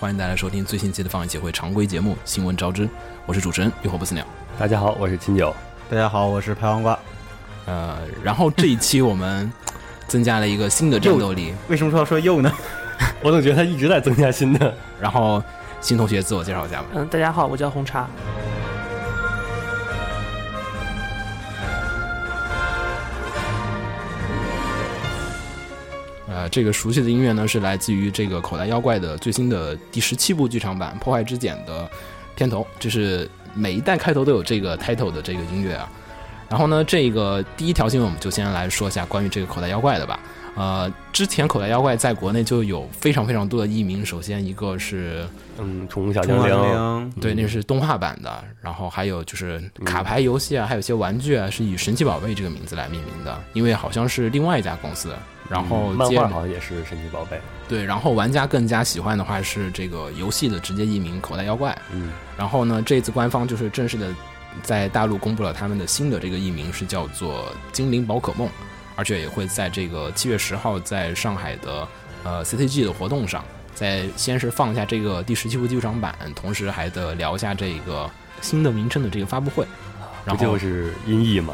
欢迎大家收听最新期的放映协会常规节目《新闻招知》，我是主持人浴火不死鸟。大家好，我是金九。大家好，我是拍黄瓜。呃，然后这一期我们增加了一个新的战斗力，为什么说要说又呢？我总觉得他一直在增加新的。然后新同学自我介绍一下吧。嗯，大家好，我叫红茶。呃，这个熟悉的音乐呢，是来自于这个《口袋妖怪》的最新的第十七部剧场版《破坏之茧》的片头，就是每一代开头都有这个 title 的这个音乐啊。然后呢，这个第一条新闻我们就先来说一下关于这个《口袋妖怪》的吧。呃，之前《口袋妖怪》在国内就有非常非常多的译名，首先一个是嗯，宠物小精钟灵，嗯灵对，那是动画版的，然后还有就是卡牌游戏啊，还有一些玩具啊，是以神奇宝贝这个名字来命名的，因为好像是另外一家公司。然后嗯漫接着画好像也是神奇宝贝。对，然后玩家更加喜欢的话是这个游戏的直接译名《口袋妖怪》。嗯，然后呢，这次官方就是正式的在大陆公布了他们的新的这个译名是叫做《精灵宝可梦》，而且也会在这个七月十号在上海的呃 CTG 的活动上，在先是放一下这个第十七部剧场版，同时还得聊一下这个新的名称的这个发布会。啊不然就后是音译吗？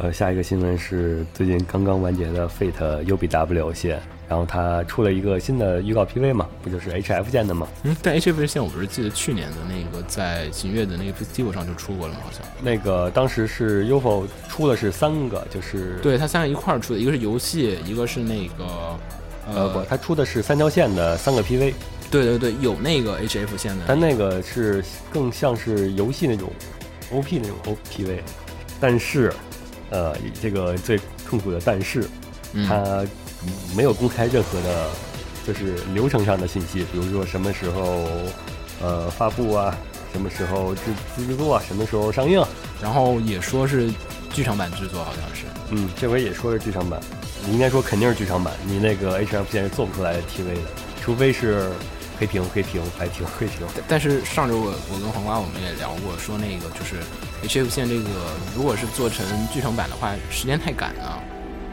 呃，下一个新闻是最近刚刚完结的 Fate UBW 线，然后它出了一个新的预告 PV 嘛，不就是 HF 线的吗？嗯，但 HF 线我不是记得去年的那个在秦月的那个 festival 上就出过了吗？好像。那个当时是 UFO 出的是三个，就是对，它三个一块儿出的，一个是游戏，一个是那个，呃不，它出的是三条线的三个 PV，对对对，有那个 HF 线的，但那个是更像是游戏那种 OP 那种 OPV，但是呃这个最痛苦的但是嗯，它没有公开任何的，就是流程上的信息，比如说什么时候呃发布啊，什么时候制制作啊，什么时候上映啊，然后也说是剧场版制作，好像是，嗯，这回也说是剧场版，你应该说肯定是剧场版，你那个 HF 线是做不出来的 TV 的，除非是黑屏黑屏白屏 黑屏。但但是上周我我跟黄瓜我们也聊过，说那个就是 HF 线这个，如果是做成剧场版的话，时间太赶了。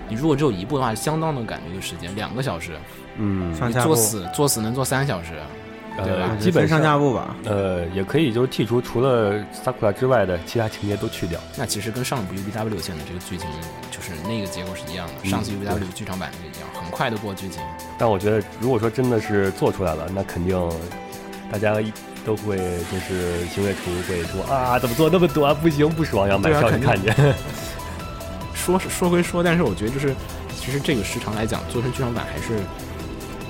你如果只有一部的话，相当的赶这个时间，两个小时，嗯，上你下作部，死作死能做三小时，对吧呃，啊基本分上上下部吧。呃也可以就是剔除除了 Sakura 之外的其他情节都去掉。那其实跟上一部 UBW 线的这个剧情就是那个结果是一样的，上次嗯 UBW 剧场版也一样，很快的过剧情。但我觉得如果说真的是做出来了，那肯定大家一都会就是行为图会说啊怎么做那么短不行不爽，要买对啊票去肯定看去。 说是说归说，但是我觉得就是，其实这个时长来讲，做成剧场版还是，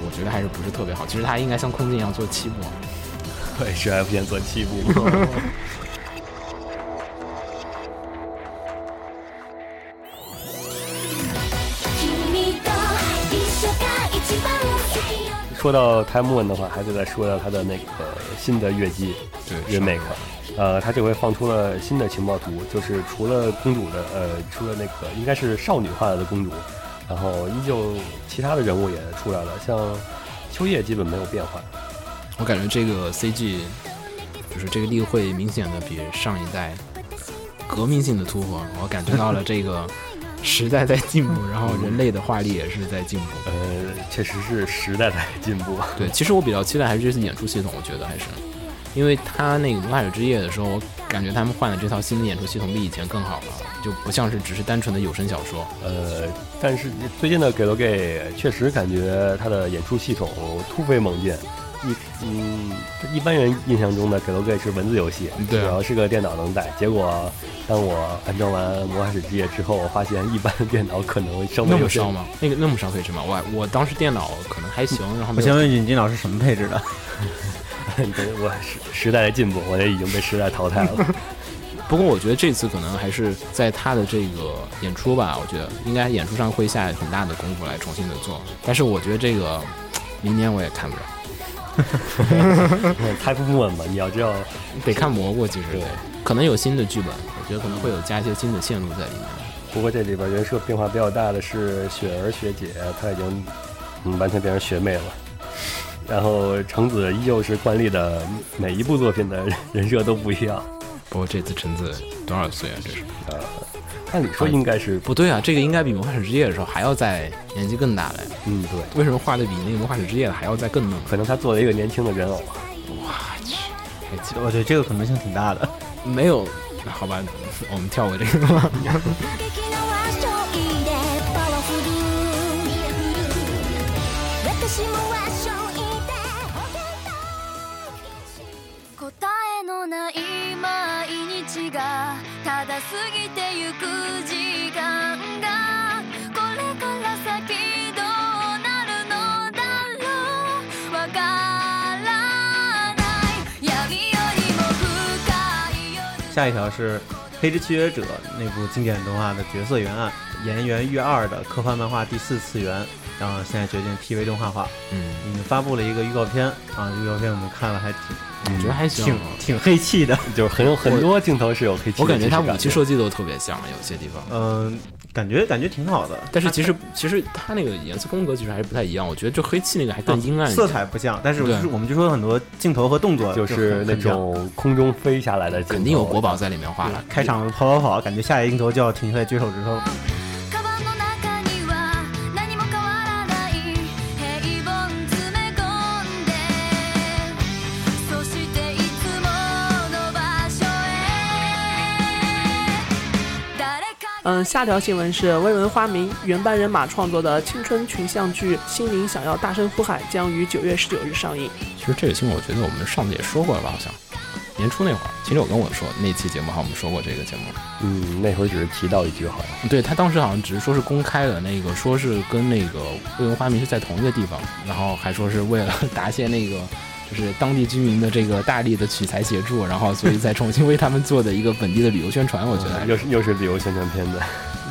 我觉得还是不是特别好。其实它应该像空镜一样做七部。 HF 线做七部吗？君と一緒が一番好きよ说到 Time One 的话，还得再说到他的那个新的月姬对 remake，呃，他这回放出了新的情报图，就是除了公主的，呃，除了那个应该是少女化的公主，然后依旧其他的人物也出来了，像秋叶基本没有变化，我感觉这个 CG 就是这个例会明显的比上一代革命性的突破，我感觉到了这个时代在进步，然后人类的画力也是在进步。呃，确实是时代在进步。对，其实我比较期待还是这次演出系统，我觉得还是，因为他那个《魔法使之夜》的时候，我感觉他们换的这套新的演出系统比以前更好了，就不像是只是单纯的有声小说。呃，但是最近的《给了给》确实感觉它的演出系统突飞猛进。一嗯，一般人印象中的《给了给》是文字游戏，对啊主要是个电脑能带。结果当我安装完《魔法使之夜》之后，我发现一般的电脑可能稍微那有么些烧吗？那个那么烧可以吃吗？我我当时电脑可能还行，然后我没有先问尹金老师什么配置的？ 对我时时代的进步，我这已经被时代淘汰 了。不过我觉得这次可能还是在他的这个演出吧，我觉得应该演出上会下很大的功夫来重新的做。但是我觉得这个明年我也看不了，开不问嘛，你要知道，得看蘑菇。其实对得可能有新的剧本，我觉得可能会有加一些新的线路在里面。不过这里边人设变化比较大的是雪儿学姐，她已经嗯完全变成学妹了。 然后橙子依旧是惯例的，每一部作品的人设都不一样。不过这次橙子多少岁啊？这是按理说应该是，不对啊，这个应该比魔法使之夜的时候还要再年纪更大嘞。嗯，对，为什么画的比那个魔法使之夜的还要再更嫩？可能他做了一个年轻的人偶，啊哎其实我觉得这个可能性挺大的。 没有，那好吧，我们跳过这个吧。的なワーショイでパワフル私もワーショイで答えのない毎日がただ過ぎてゆく時間がこれから先どうなるのだろうわからない闇よりも深い夜下一条是《黑之契约者》那部经典动画的角色原案，岩原裕二的科幻漫画第四次元，然后现在决定 TV 动画化。嗯，嗯，发布了一个预告片啊，预告片我们看了还挺我觉得还行挺。挺黑气的，就是很有很多镜头是有黑气的我感觉他即视武器设计都特别像，有些地方。嗯、感觉感觉挺好的。但是其实其实他那个颜色风格其实还是不太一样，我觉得就黑气那个还更阴暗一色点。彩不像，但是我对就是我们就说很多镜头和动作就是很那很像种空中飞下来的镜头，肯定有国宝在里面画了。开场跑跑跑，感觉下一个镜头就要停下来举手指头。カバンの中には何も変わらない平凡詰め込んでそしていつもの場所へ誰かが嗯，下条新闻是微文花名原班人马创作的青春群像剧《心灵想要大声呼喊》将于九月十九日上映。其实这个新闻我觉得我们上次也说过了吧，好像年初那会儿，其实我跟我说那期节目哈，我们说过这个节目。嗯，那会儿只是提到一句好像，对他当时好像只是说是公开的那个，说是跟那个魏文花名是在同一个地方，然后还说是为了 答谢那个就是当地居民的这个大力的取材协助，然后所以再重新为他们做的一个本地的旅游宣传，我觉得还是又是又是旅游宣传片的，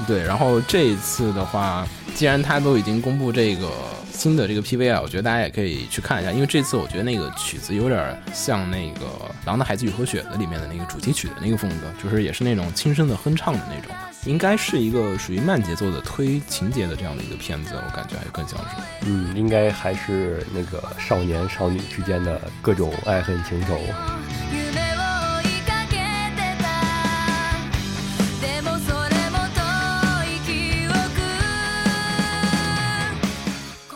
对，然后这一次的话，既然他都已经公布这个新的这个 PV 啊，我觉得大家也可以去看一下，因为这次我觉得那个曲子有点像那个《狼的孩子与和雪》的里面的那个主题曲的那个风格，就是也是那种轻声的哼唱的那种，应该是一个属于慢节奏的推情节的这样的一个片子，我感觉还更像是。嗯，应该还是那个少年少女之间的各种爱恨情仇，夢を追いかけてたでもそれも遠い記憶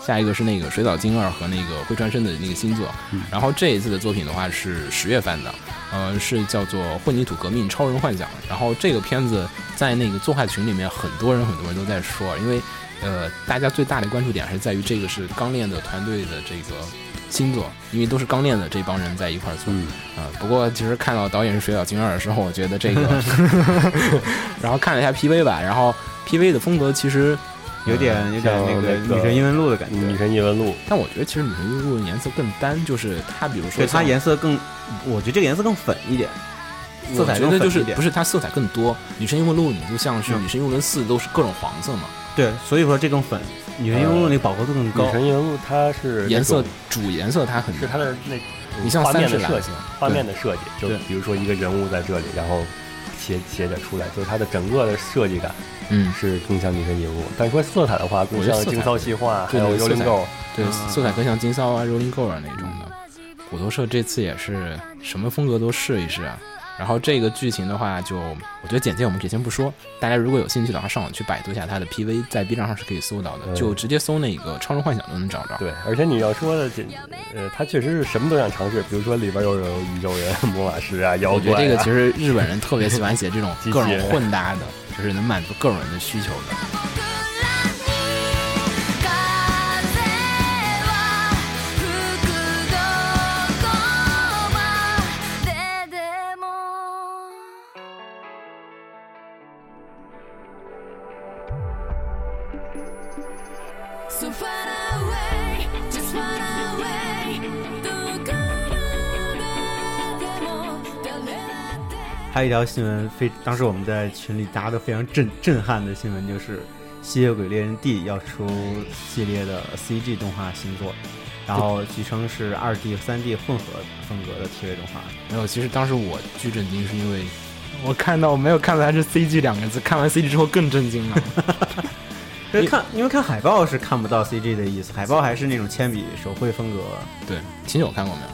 下一个是那个水岛精二和那个灰川生的那个新作，然后这一次的作品的话是十月番的，呃，是叫做《混凝土革命超人幻想》。然后这个片子在那个作画群里面，很多人很多人都在说，因为呃，大家最大的关注点还是在于这个是钢炼的团队的这个新作，因为都是钢炼的这帮人在一块儿做。嗯，啊、不过其实看到导演是水岛精二的时候，我觉得这个， 然后看了一下 PV 吧，然后 PV 的风格其实有嗯点有点像那那个个女神异闻录的感女觉。神异闻录，但我觉得其实女神异闻录颜色更单，就是它，比如说对，它像颜色更，我觉得这个颜色更粉一点，色彩我觉更得就粉是一点不。是它色彩更多，女神异闻录你就像是嗯女神异闻录四都是各种黄色嘛，对，所以说这更粉，女神异呃闻录那个饱和度更女高。神异闻录它是那颜色种主颜色它很是它的那你像画三面是的蓝设计色，画面的设计，就对比如说一个人物在这里，然后斜斜着出来，就是它的整个的设计感嗯，是更像女神异闻录。但是说色彩的话，更我觉得像色彩精骚细化，还对有对幽灵色彩狗，对，啊色彩更像金骚啊、rolling girl 啊那种的。骨头社这次也是什么风格都试一试啊。然后这个剧情的话就，我觉得简介我们可以先不说，大家如果有兴趣的话，上网去百度一下它的 PV，在 B 站上是可以搜到的，嗯就直接搜那个《超人幻想》都能找着。对，而且你要说的这，呃，他确实是什么都想尝试，比如说里边又有宇宙人、 魔法师啊、摇我觉得滚这个啊其，实日本人特别喜欢写 这种机各器种人混搭的，就是能满足各种人的需求的。 「風は吹いてくどこまででも」So far away, just far away どこまででも誰だって还有一条新闻非，当时我们在群里大家都非常震震撼的新闻就是《吸血鬼猎人 D》要出系列的 CG 动画新作，然后据称是二 D 和三 D 混合风格的 TV 动画。没有，其实当时我巨震惊，是因为 我看到我没有看出来是 CG 两个字，看完 CG 之后更震 惊了。因为看因为看海报是看不到 CG 的意思，海报还是那种铅笔手绘风格。对，秦九看过没有？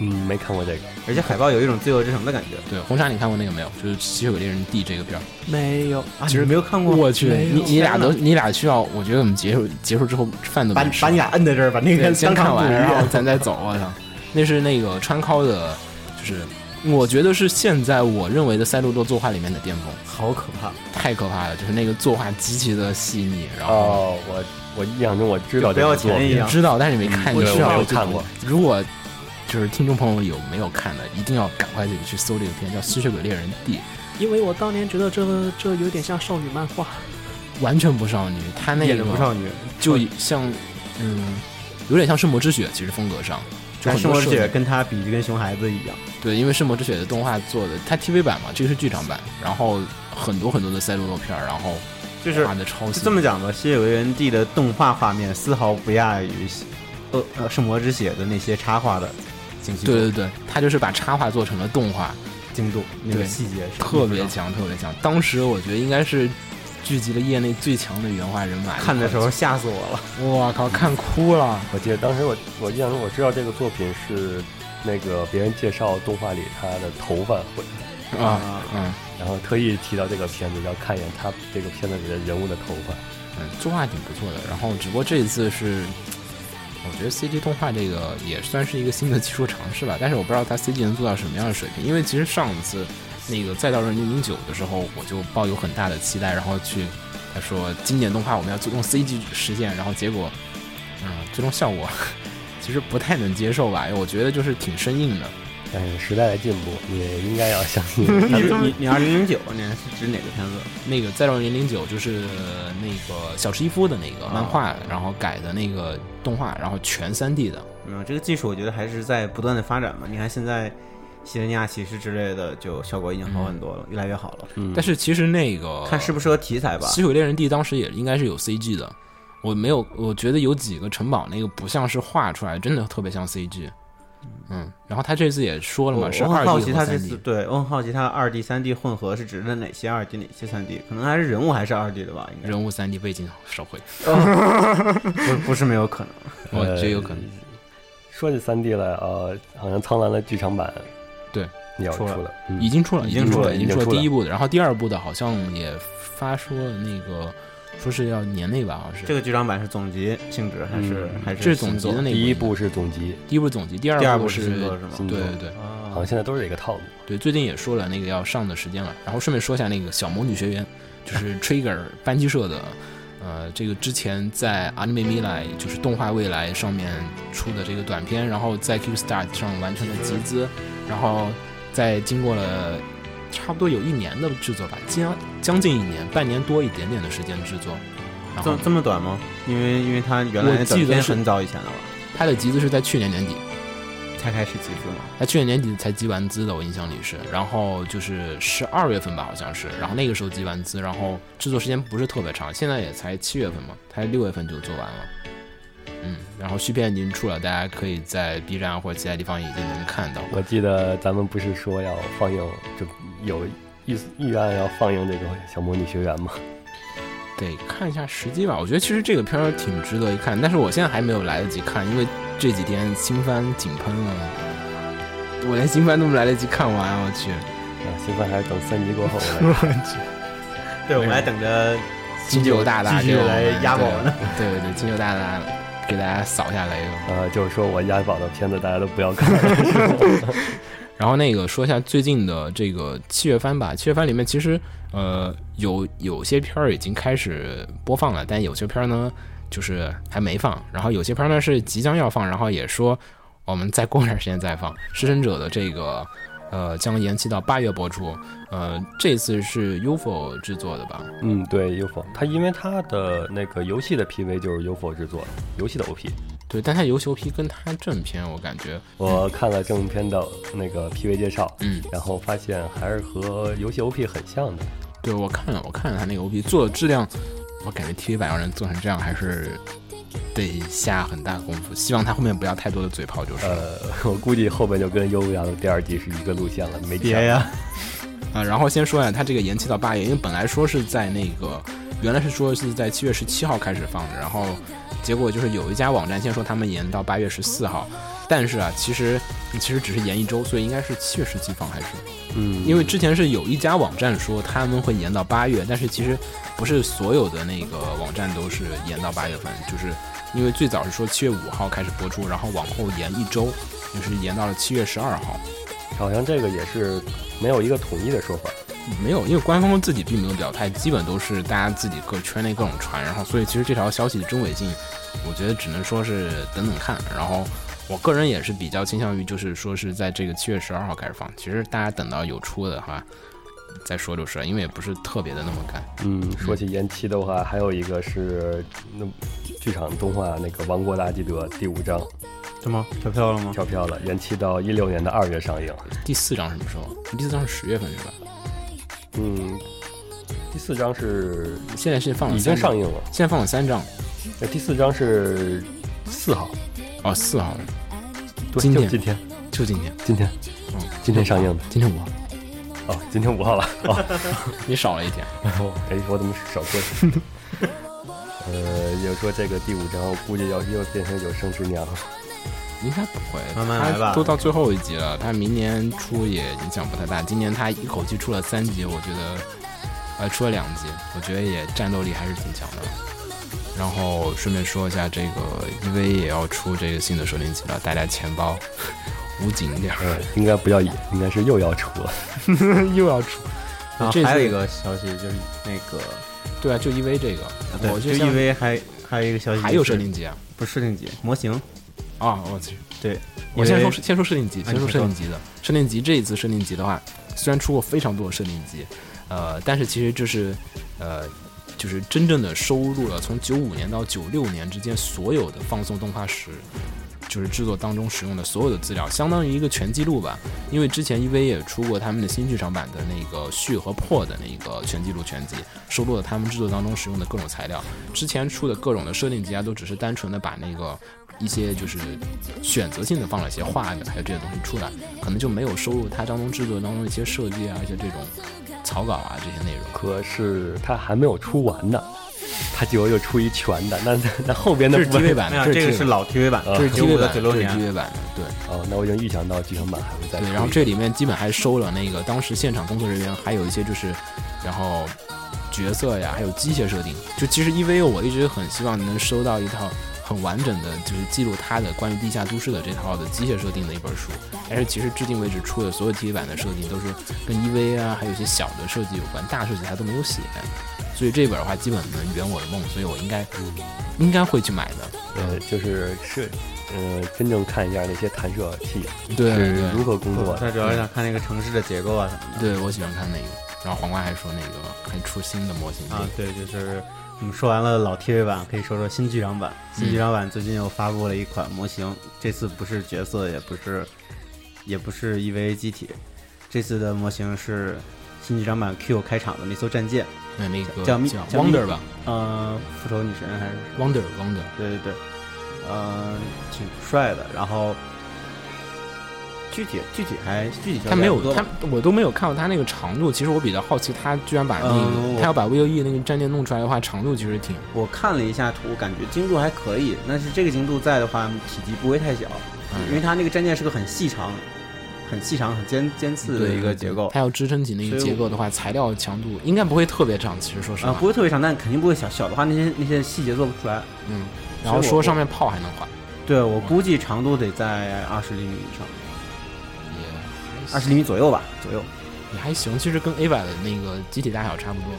嗯，没看过这个。而且海报有一种罪恶之城的感觉对，红茶你看过那个没有？就是《吸血鬼猎人 D》这个片儿。没有，啊！其实没有看 过，我去，没有你你俩天哪都你俩需要，我觉得我们结束结束之后饭都把没你吃把。你俩摁在这儿，把那 个对先当看场完，捕鱼然后 咱再走。我操，那是那个川尻的，就是我觉得是现在我认为的赛璐珞作画里面的巅峰，好可怕！太可怕了，就是那个作画极其的细腻，然后哦，我我印象中我知道就不这要个作钱一品你样知道，但是你没看，嗯你对知道我没有就看过。如果就是听众朋友有没有看的，一定要赶快去去搜这个片，叫《吸血鬼猎人 D》，因为我当年觉得这个这有点像少女漫画，完全不少女，她那演的个不少女，就像嗯，有点像《圣魔之血》，其实风格上。就但很是多我设姐定跟她比就跟熊孩子一样，对，因为《圣魔之血》的动画做的，它 TV 版嘛，这个是剧场版，然后很多很多的赛璐珞片儿，然后就是画的超是细。这么讲吧，《吸血鬼人地》的动画画面丝毫不亚于《呃呃圣魔之血》的那些插画的精细度对对对，他就是把插画做成了动画，精度，那个对细节是特不别一样。强，特别强。当时我觉得应该是聚集了业内最强的原画人马。看的时候，啊吓死我了，我靠，看哭了。我记得当时我我印象中我知道这个作品是那个别人介绍动画里他的头发会，啊，嗯然后特意提到这个片子要看一眼他这个片子里的人物的头发。嗯，作画挺不错的。然后，只不过这一次是，我觉得 CG 动画这个也算是一个新的技术尝试吧。但是我不知道它 CG 能做到什么样的水平，因为其实上一次那个《再到人零零九》的时候，我就抱有很大的期待，然后去他说经典动画我们要做用 CG 实现，然后结果，嗯，最终效果 其实不太能接受吧。我觉得就是挺生硬的。但是时代的进步，你应该要相信你 你你二零零九年是指哪个片子？那个《再造人零九》就是那个小池一夫的那个漫画，然后改的那个动画，然后全3 D 的。嗯，这个技术我觉得还是在不断的发展嘛。你看现在《西人亚骑士》之类的，就效果已经好很多了，嗯越来越好了。但是其实那个嗯看适不适合题材吧。《吸血猎人 D》当时也应该是有 CG 的，我没有，我觉得有几个城堡那个不像是画出来，真的特别像 CG。嗯，然后他这次也说了我嘛，是我二很好 D 奇和他这三次 D。对，我很好奇他二 D、三 D 混合是指的哪些二 D、哪些三 D？可能还是人物还是二 D 的吧，应该人物三 D 背景手绘，不不是没有可能。我觉得有可能。说起三 D 来，呃，好像苍兰的剧场版对也要出出了了，嗯已经出了，已已经经出了了，已经已经出了出了第一部的，然后第二部的好像也发说了那个，说是要年内吧，好像是这个剧场版是总集性质还是、嗯还是这是总新集作的那第一部是总集，第一部是总集，第第二二部是是新作是吗对对对啊好像现在都是这个套路。对，最近也说了那个要上的时间了，然后顺便说一下那个小魔女学员，就是 Trigger 班级社的，呃，这个之前在 Anime m i l a 就是动画未来上面出的这个短片，然后在 Kickstart 上完成了集资，然后在经过了差不多有一年的制作吧，将将近一年，半年多一点点的时间制作，然这后么这么短吗？因为因为它原我来的记得短片是很早以前了吧，拍的集资是在去年年底，才开始集资嘛。他去年年底才集完资的，我印象里是，然后就是十二月份吧，好像是，然后那个时候集完资，然后制作时间不是特别长，现在也才七月份嘛，才六月份就做完了，嗯，然后续片已经出了，大家可以在 B 站或者其他地方已经能看到，我记得咱们不是说要放映，就有预预案要放映这个《小魔女学员》吗？得看一下时机吧，我觉得其实这个片儿挺值得一看，但是我现在还没有来得及看，因为这几天新番井喷了，我连新番都没来得及看完，我去，啊，新番还是等三集过后我来。对，我们还等着金九大大继给续我们来压宝呢。对对对，金九大大给大家扫下雷了。呃，就是说我押宝的片子大家都不要看。然后那个说一下最近的这个七月番吧，七月番里面其实呃有有些片儿已经开始播放了，但有些片儿呢就是还没放，然后有些片儿呢是即将要放，然后也说我们再过段时间再放。施神者的这个呃将延期到八月播出，呃这次是 UFO 制作的吧？ 嗯，对，UFO，它因为它的那个游戏的 PV 就是 UFO 制作的，游戏的 OP。对，但它游戏 OP 跟它正片我感觉我看了正片的那个 PV 介绍，嗯，然后发现还是和游戏 OP 很像的。对我看了，我看了他那个 OP 做的质量，我感觉 TV 版让人做成这样还是得下很大功夫。希望他后面不要太多的嘴炮就是了。呃， 我估计后面就跟《幽阳》第二季是一个路线了，没别钱。呀，啊，然后先说一下他这个延期到八月，因为本来说是在那个原来是说是在七月十七号开始放的，然后结果就是有一家网站先说他们延到八月十四号，但是啊，其实其实只是延一周，所以应该是七月十几放还是？嗯，因为之前是有一家网站说他们会延到八月，但是其实不是所有的那个网站都是延到八月份，就是因为最早是说七月五号开始播出，然后往后延一周，就是延到了七月十二号。好像这个也是没有一个统一的说法。嗯没有，因为官方自己并没有表态，基本都是大家自己各圈内各种传，然后所以其实这条消息的真伪性，我觉得只能说是等等看。然后我个人也是比较倾向于就是说是在这个七月十二号开始放，其实大家等到有出的话再说就是了，因为也不是特别的那么赶。嗯，说起延期的话，还有一个是那剧场动画那个《王国的阿基德》第五章怎么跳票了吗？跳票了，延期到一六年的二月上映。第四章什么时候？第四章是十月份是吧？嗯，第四章是现在是放了已经三上章，映了，现在放了三章那第四章是四号，哦，四号对今就天今天，就今天，今天，嗯，今天上映的今天五号，哦，今天五号了。 哦，你少了一天。哎，我怎么少说了？ 呃，也说这个第五章，估计要是又变成有生之年了。应该不会，慢慢来吧他都到最后一集了，他明年出也影响不太大。今年他一口气出了三集，我觉得，呃，出了两集，我觉得也战斗力还是挺强的。然后顺便说一下，这个 EV 也要出这个新的设定集了，大家钱包 捂紧点儿，呃，应该不要也，应该是又要出了。 又要出。然这后还有次一个消息就是那个，对啊，就 EV 这个，啊对，我就像因为还还有一个消息、还有设定集啊。不是设定集模型，啊，我去，对，我因先为说先说设定集，啊先你说先设定集的设定集。这一次设定集的话，虽然出过非常多的设定集，呃，但是其实这是呃，就是真正的收录了从九五年到九六年之间所有的放送动画史。就是制作当中使用的所有的资料，相当于一个全记录吧。因为之前 EV 也出过他们的新剧场版的那个续和破的那个全记录全集，收录了他们制作当中使用的各种材料。之前出的各种的设定集啊，都只是单纯的把那个一些就是选择性的放了一些画面，还有这些东西出来，可能就没有收入它当中制作当中的一些设计啊，一些这种草稿啊这些内容。可是它还没有出完呢，它就又出一全的，那那那后边的这是部分 TV 版没的，有这哎这个是是老 TV 版，这是九五 TV 到版九的，这六是年， TV 版的，对。哦，那我已经预想到剧场版还会再出对，然后这里面基本还收了那个当时现场工作人员，还有一些就是，然后角色呀，还有机械设定。就其实 EVO 我一直很希望能收到一套很完整的，就是记录它的关于地下都市的这套的机械设定的一本书。但是其实至今为止出的所有 TV 版的设定都是跟 EV 啊，还有一些小的设计有关，大设计它都没有写。所以这本的话，基本能圆我的梦，所以我应该应该会去买的。呃，就是是，呃，真正看一下那些弹射器对对是对，如何工作的。它主要是想看那个城市的结构啊什么的。对我喜欢看那个。然后黄瓜还说那个还出新的模型啊，对，就是我们说完了老 TV 版，可以说说新剧场版。嗯新剧场版最近又发布了一款模型，这次不是角色，也不是，也不是 EVA 机体，这次的模型是新剧场版 Q 开场的那艘战舰，那那个叫咪叫咪 Wonder 吧呃，复仇女神还是，Wonder Wonder，对对对，呃，挺帅的。然后具体具体还具体条他没件有不多他吧我都没有看过他那个长度，其实我比较好奇，他居然把那嗯个我他要把 VOE 那个战舰弄出来的话，长度其实挺我看了一下图，感觉精度还可以，但是这个精度在的话，体积不会太小，嗯因为它那个战舰是个很细长、很细长、很尖尖刺的一嗯个结构它要支撑起那个所以结构的话，材料强度应该不会特别长，其实说实啊，话不，会特别长，但肯定不会小。小的话，那些那些细节做不出来。嗯，然后所以我说上面炮还能滑，对我估计长度得在二十厘米以上，也二十厘米左右吧，左右。也还行，其实跟 A 版的那个集体大小差不多，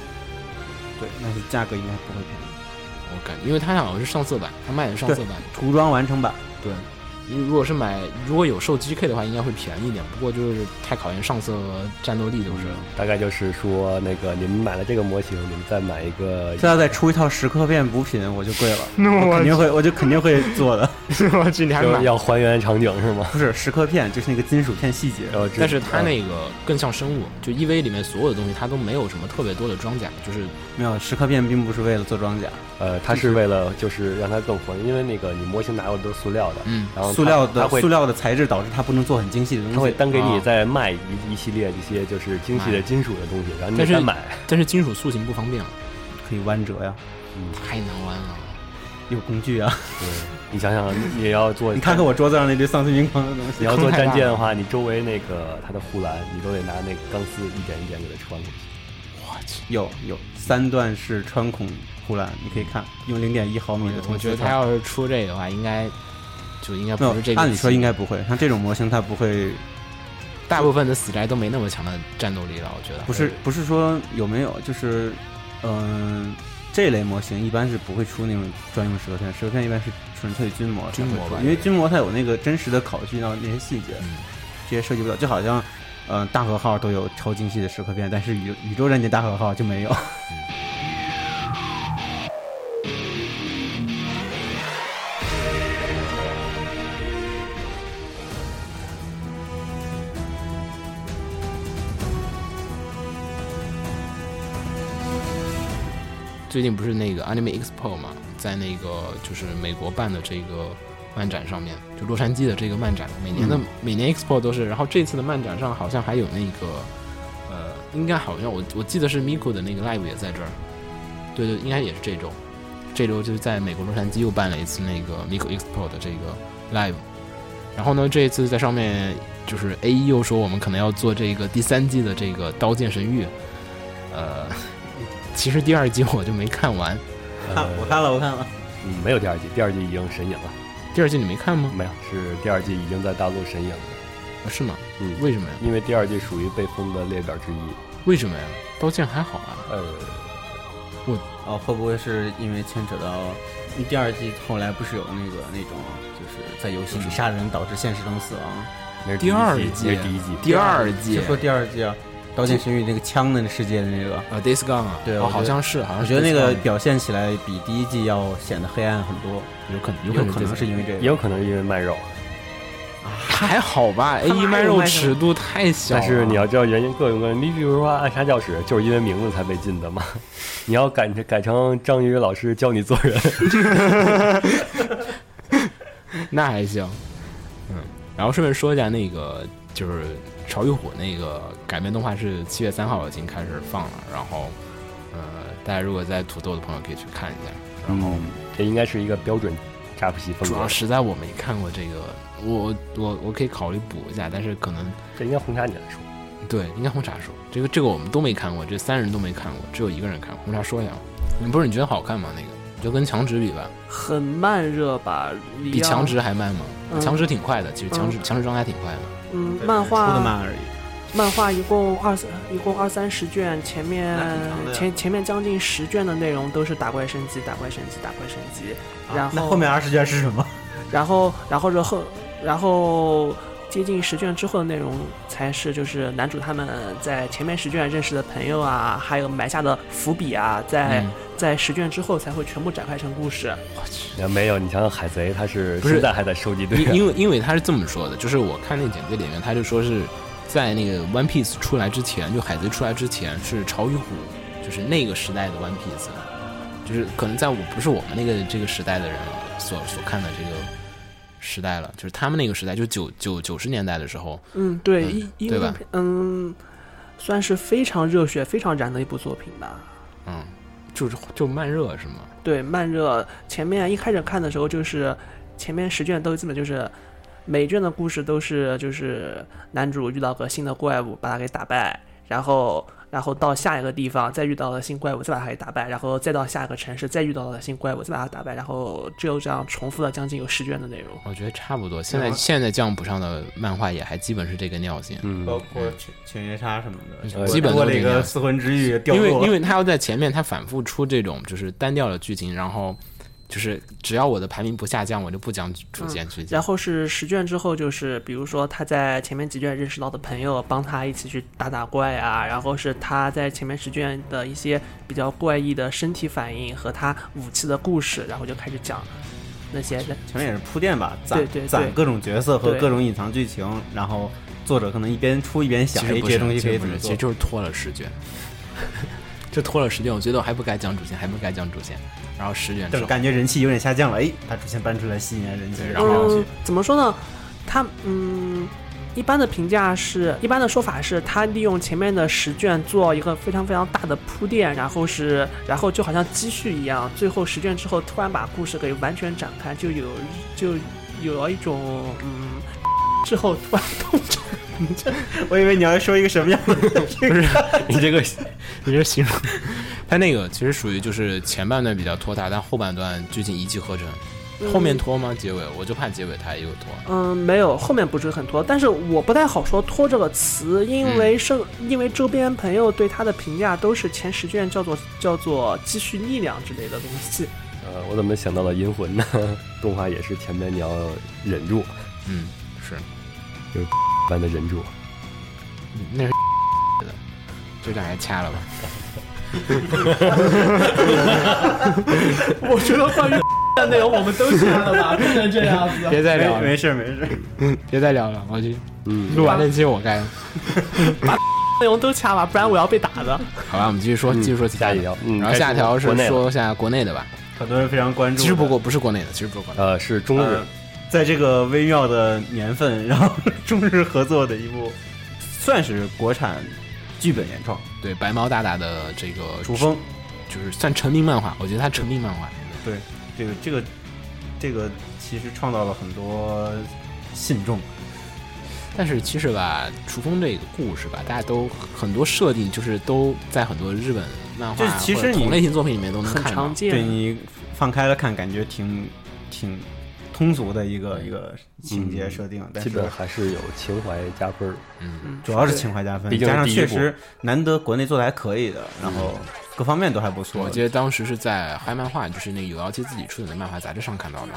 对，但是价格应该不会便宜。我感觉，因为它好像是上色版，它卖的是上色版，涂装完成版，对。因为如果是买，如果有售 GK 的话，应该会便宜一点。不过就是太考验上色和战斗力，嗯就是了。大概就是说，那个你们买了这个模型，你们再买一个这要再出一套十克变补品，我就跪 了，我肯定会，我就肯定会做的。 我去，你还要要还原场景是吗？不是石刻片，就是那个金属片细节。然后这但是它那个更像生物，就 EV 里面所有的东西它都没有什么特别多的装甲，就是没有，石刻片并不是为了做装甲，呃，它是为了就是让它更还原，因为那个你模型拿过的都是塑料的，嗯然后它塑料它的会塑料的材质导致它不能做很精细的它东会西。单给你啊再卖一一系列这些就是精细的金属的东西，然但后你是 再买，但是金属塑形不方便了，可以弯折呀，嗯太难弯了。有工 具啊！对，你想想，你也要做，你看看我桌子上那堆丧心病狂的东你西，要做坑太战大舰的了话，你周围那个它的护栏，你都得拿那个钢丝一点一点给它穿过去。有有三段式穿孔护栏，你可以看，用零点一毫米的我铜觉丝得他套。要是出这个的话，应该就应该没不是这有，个。按理说应该不会，像这种模型它不会，大部分的死宅都没那么强的战斗力了，我觉得不是不是说有没有，就是，嗯、这类模型一般是不会出那种专用石头片，石头片一般是纯粹军模才会军模出吧因为军模它有那个真实的考据到那些细节，嗯这些涉及不到，就好像，嗯、大和号都有超精细的石刻片，但是宇宇宙战舰大和号就没有。最近不是那个 Anime Expo 嘛，在那个就是美国办的这个漫展上面，就洛杉矶的这个漫展，每年的、嗯每年 Expo 都是，然后这次的漫展上好像还有那个，呃，应该好像我我记得是 Miku 的那个 Live 也在这儿，对对，应该也是这周，这周就是在美国洛杉矶又办了一次那个 Miku Expo 的这个 Live，然后呢，这一次在上面就是 A E 又说我们可能要做这个第三季的这个《刀剑神域》，呃。其实第二季我就没看完， 看， 我看了，我看了。呃嗯，没有第二季，第二季已经神隐了，第二季你没看吗？没有，是第二季已经在大陆神隐了。啊是吗？嗯，为什么呀？因为第二季属于被封的列表之一。为什么呀？刀剑还好啊，呃， 哦，会不会是因为牵扯到因为第二季后来不是有那个那种，就是在游戏里杀人导致现实中死亡？那是第二一季那是第一季，第二季就说第二季啊，《刀剑神域》那个枪的那世界的那个，啊，Days Gone 啊，对哦我觉得好像是，好像我是觉得那 Days 个 Gone 表现起来比第一季要显得黑暗很多，有可能，有可能可能是因为这也个。有可能是因为卖肉，还好 吧？A 一卖肉尺度太小了，但是你要知道原因各有各。你比如说《暗杀教室》，就是因为名字才被禁的嘛。 你要改改成章鱼老师教你做人， 那还行，嗯。然后顺便说一下，那个就是《潮与虎》那个改编动画是七月三号已经开始放了，然后，呃，大家如果在土豆的朋友可以去看一下。然后，这应该是一个标准扎普奇风主格要。实在我没看过这个，我我我可以考虑补一下，但是可能这应该红茶你来说。对，应该红茶说这个这个我们都没看过，这三人都没看过，只有一个人看过。红茶说一下吧，你不是你觉得好看吗？那个就跟强直比吧，很慢热吧，里比奥强直还慢吗？嗯强直挺快的，其实强直、强直状态挺快的。嗯，对漫出的画慢而已，漫画一共二三一共二三十卷，前面那挺长的呀前前面将近十卷的内容都是打怪升级，打怪升级，打怪升级，然啊后那后面二十卷是什么？然后然后然后然后接近十卷之后的内容才是就是男主他们在前面十卷认识的朋友啊，还有埋下的伏笔啊，在、嗯在十卷之后才会全部展开成故事。没有，你想想海贼，他是不是现在还在收集队因员。因为因为他是这么说的，就是我看那简介里面，他就说是在那个 One Piece 出来之前，就海贼出来之前是潮与虎，就是那个时代的 One Piece，就是啊可能在我不是我们那个这个时代的人所所看的这个时代了，就是他们那个时代，就九九九十年代的时候，嗯，对，嗯一一对个吧嗯，算是非常热血、非常燃的一部作品吧。嗯，就是就慢热是吗？对，慢热前面一开始看的时候，就是前面十卷都基本就是每卷的故事都是就是男主遇到个新的怪物，把他给打败，然后然后到下一个地方再遇到了新怪物，再把他给打败，然后再到下一个城市再遇到了新怪物，再把他打败，然后只有这样重复了将近有十卷的内容。我觉得差不多。现然在后现在降谱上的漫画也还基本是这个尿性，嗯，包括犬犬夜叉什么的，呃基本过都了这一个个样四魂之玉掉因为落，因为他要在前面他反复出这种就是单调的剧情，然后就是只要我的排名不下降，我就不讲主线去讲。然后是十卷之后，就是比如说他在前面几卷认识到的朋友，帮他一起去打打怪啊，然后是他在前面十卷的一些比较怪异的身体反应和他武器的故事，然后就开始讲那些的。前面也是铺垫吧，攒对对对攒各种角色和对各种隐藏剧情，然后作者可能一边出一边想，其哎，实这不是些东西可其以实不怎是么其做实？就是拖了十卷， 就拖了十卷。我觉得我还不该讲主线，还不该讲主线。然后十卷之等后，感觉人气有点下降了，哎，把主线搬出来吸引一下人气，然后嗯去，怎么说呢？他嗯，一般的评价是，一般的说法是，他利用前面的十卷做一个非常非常大的铺垫，然后是，然后就好像积蓄一样，最后十卷之后突然把故事给完全展开，就有就有了一种嗯，之后突然动产。我以为你要说一个什么样的你这 个，你这形容，他那个其实属于就是前半段比较拖沓，但后半段最近一气呵成。后面拖吗？结尾我就怕结尾他也有拖。 嗯，没有，后面不是很拖，但是我不太好说“拖”这个词，因为是、因为周边朋友对他的评价都是前十卷叫做叫做积蓄力量之类的东西。 呃，我怎么想到了银魂呢？ 动画也是前面你要忍住，嗯，是，般的忍住。嗯那是 的，就大概掐 了吧。我觉得关于的内容我们都看了吧？变成这样子，别再聊了没没事没事。别再聊了，我去嗯，录完这期我该。内容都掐了，不然我要被打的。好吧，我们继续说，嗯继续说其他下一的条。嗯然后下一条是该说国内说一下国内的吧。很多人非常关注的。其实不过不是国内的，其实不是国内的。呃，是中日啊呃，在这个微妙的年份，然后中日合作的一部，算是国产剧本原创，对，白毛大大的这个《楚风》。就是算成名漫画，我觉得它成名漫画。对，这个这个这个其实创造了很多信众。但是其实吧，楚风这个故事吧，大家都很多设定就是都在很多日本漫画就是其实或者你同类型作品里面都能很看到嗯常。对见。你放开了看，感觉挺挺通俗的一个一个情节设定，嗯但基是本还是有情怀加分儿。嗯，嗯主要是情怀加分，毕竟加上是第一确部实难得国内做的还可以的，然后嗯各方面都还不错。我记得当时是在嗨漫画，就是那个有妖姬自己出的那漫画杂志上看到的。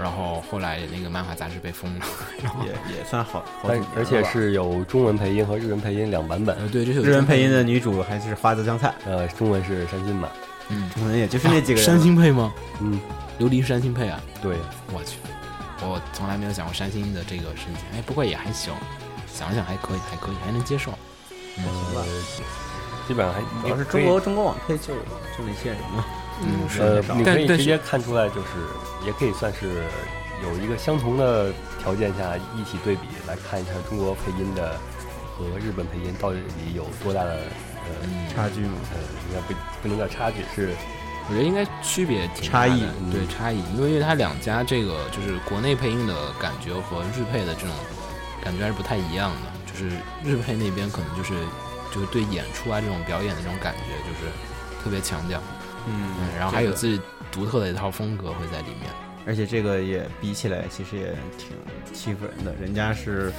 然后后来那个漫画杂志被封了， 然后也也算好，好而几年了吧而且是有中文配音和日文配音两版本，呃对，这是有日文配音的女主还是花泽香菜，呃，中文是山津版。可能也就是那几个人山星配吗？嗯，琉璃山星配啊！对，我去，我从来没有想过山星的这个事情。哎，不过也还行，想想还可以，还可以，还能接受。呃，基本上还呃主要是中国中国网配就就那些人嘛，嗯，你可以呃，你可但但以直是接看出来，就是也可以算是有一个相同的条件下一起对比来看一下中国配音的和日本配音到底有多大的呃嗯差距嘛。呃，应该不不能叫差距，是我觉得应该区别挺大的差异对差异，嗯因为因为它两家这个就是国内配音的感觉和日配的这种感觉还是不太一样的，就是日配那边可能就是就是对演出啊这种表演的这种感觉就是特别强调，嗯嗯，然后还有这个自己独特的一套风格会在里面。而且这个也比起来，其实也挺欺负人的。人家是，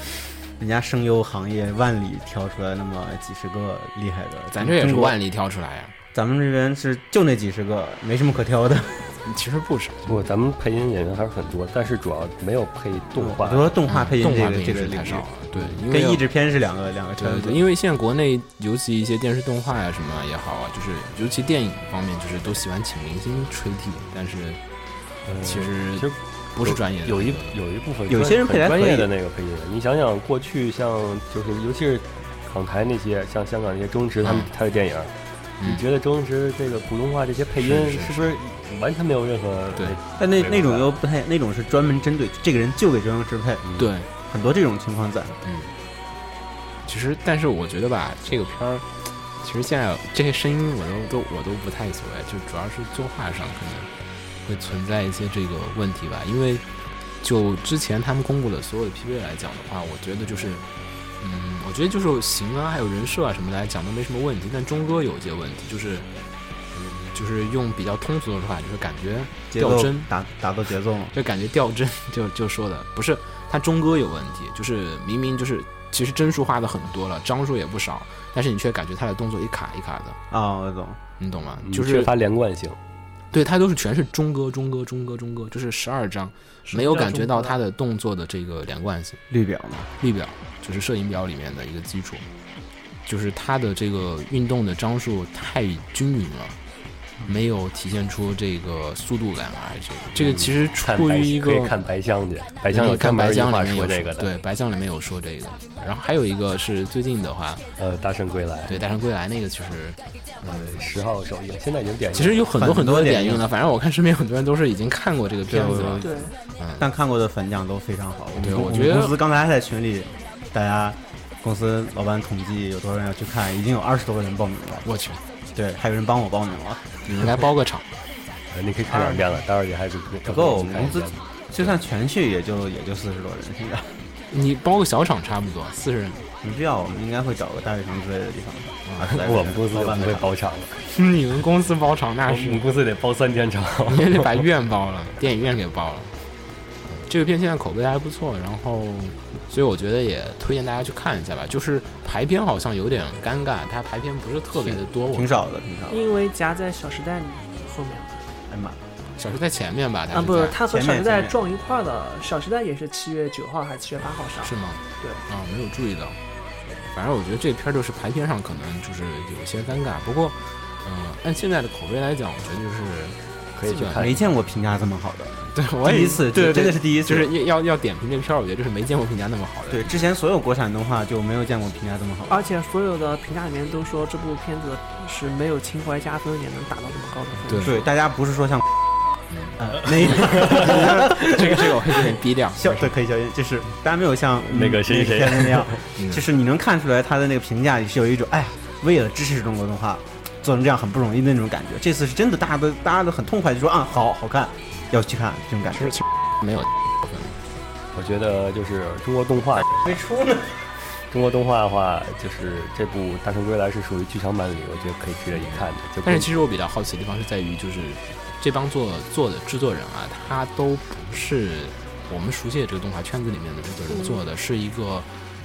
人家声优行业万里挑出来那么几十个厉害的，咱这也是中国万里挑出来呀、啊咱们这边是就那几十个，没什么可 挑的。嗯其实不少，不，咱们配音演员还是很多，但是主要没有配动画我。说动画配音嗯动这画个配这音个是领太少了域，，对，因为跟要译制片是两个两个圈对子。对，因为现在国内尤其一些电视动画呀、什么也好啊，就是尤其电影方面，就是都喜欢请明星吹替，但是嗯其实其实不是专业的，有一有一部分有些人配很得还专可业以的那个配音员，你想想过去像就是尤其是港台那些，像香港那些周星驰他们嗯拍的电影，嗯你觉得周星驰这个普通话这些配音是是是不是完全没有任何哎对但那对那种又不太，那种是专门针对这个人就给周星驰配，嗯对，很多这种情况在。嗯。其实，但是我觉得吧，这个片儿，其实现在这些声音我都都我都不太所谓，就主要是作画上可能会存在一些这个问题吧。因为就之前他们公布的所有的 PV 来讲的话，我觉得就是，嗯，我觉得就是型啊，还有人设啊什么来讲都没什么问题。但钟哥有一些问题，就是，嗯，就是用比较通俗的说法，就是感觉节掉奏帧达达到节奏嘛，就感觉掉帧， 就就说的不是他钟哥有问题，就是明明就是其实帧数画的很多了，张数也不少，但是你却感觉他的动作一卡一卡的，啊，我懂。你懂吗？嗯就缺是乏连贯性。对他都是全是钟哥钟哥钟哥钟哥，就是十二张，没有感觉到他的。的动作的这个连贯性。绿表嘛，列表就是摄影表里面的一个基础，就是它的这个运动的张数太均匀了。嗯没有体现出这个速度感啊，这个这个其实看出白于一个可嗯以看白箱去，白白箱有专看门白一句箱话里面有说这个的。对，，白箱里面有说这个。然后还有一个是最近的话，呃，大圣归来，对《大圣归来》那个，就是呃，十号首映，现在已经点映了。其实有很多很很多多的点点映映了。反正我看身边很多人都是已经看过这个片子了。对，嗯，但看过的反响都非常好。对们我们觉得公司刚才还在群里大家公司老板统计有多少人要去看，已经有二十多个人报名了。我去，对，还有人帮我报名了。你来包个场，呃你可以看两遍了，待会儿也还是不够，我看们一这遍就算全去也就也就四十多人 现在。你包个小场差不多四十人。 没必要，我们应该会找个大悦城之类的地方。啊实在是我们公司老就板不会的场包场了，你们公司包场那我是们公司得包三 天场。你也得把院包了，电影院给包了。这个片现在口碑还不错，然后，所以我觉得也推荐大家去看一下吧。就是排片好像有点尴尬，它排片不是特别的多。我挺少的，挺少的。因为夹在《小时代》里后面哎妈，小时在前面吧，它啊，是不，在它和《前小面时代前》面撞一块儿的，《小时代》也是七月九号还是七月八号上。是吗？对啊，没有注意到。反正我觉得这片儿就是排片上可能就是有些尴尬，不过，嗯、按现在的口碑来讲，我觉得就是可以去看没见过评价这么好的，对我也第一次，对对真对的是第一次。就是要要要点评这片儿，我觉得就是没见过评价那么好的。对之前所有国产动画就没有见过评价这么好的。啊而且所有的评价里面都说这部片子是没有情怀加分也能打到这么高的分对数。对，大家不是 说像，呃，那这个这个我会有点低调。消对可以消音，就是大家没有像那个谁谁片子 那样，嗯就是你能看出来他的那个评价里是有一种哎，为了支持中国动画做成这样很不容易的那种感觉。这次是真的，大家都大家都很痛快，就说啊好好看，要去看这种感其觉。实其实没有我觉得就是中国动画，没出呢，中国动画的话，就是这部《大圣归来》是属于剧场版里，我觉得可以值得一看的。就但是实其实我比较好奇的地方是在于，就是这帮做做的制作人啊，他都不是我们熟悉的这个动画圈子里面的制作人做的，是一个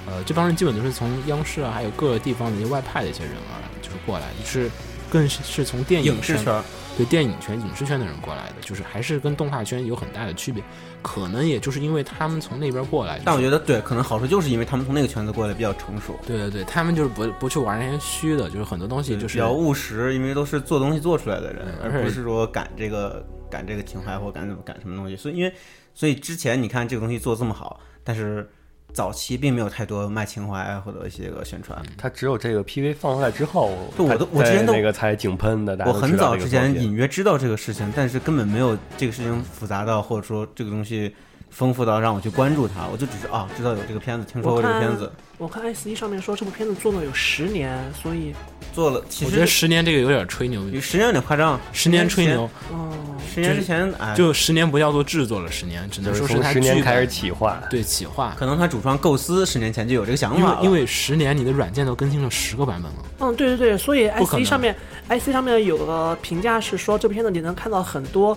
呃，这帮人基本都是从央视啊，还有各个地方的一些外派的一些人啊，就是过来，就是更是是从电影影视圈圈对电影圈、影视圈的人过来的，就是还是跟动画圈有很大的区别，可能也就是因为他们从那边过来，但我觉得。得对，可能好处就是因为他们从那个圈子过来比较成熟，对对对，他们就是不不去玩那些虚的，就是很多东西就是比较务实，因为都是做东西做出来的人，对而而且不是说赶这个赶这个情怀或赶怎么赶什么东西。所以因为所以之前你看这个东西做这么好，但是早期并没有太多卖情怀啊或者一些个宣传。嗯它只有这个 PV 放出来之后，对我都我之前都它在那个才井喷的，大家我都很知道早这个之作前品隐约知道这个事情，但是根本没有这个事情复杂到或者说这个东西丰富到让我去关注它，我就只是啊知道有这个片子，听说过这个片子，我看 S 一上面说这部片子做了有十年，所以做了其我觉得实十年这个有点吹牛，有时间有点夸张，十年吹牛，哦，十年之前，十年之前哎，就十年不叫做制作了，十年只能就是说是从他十年剧本开始企划，对企划，可能他主创构思十年前就有这个想因为法了，因为十年你的软件都更新了十个版本了，嗯，对对对，所以不可 S 能 E 上面 S E 上面有个评价是说，这部片子你能看到很多，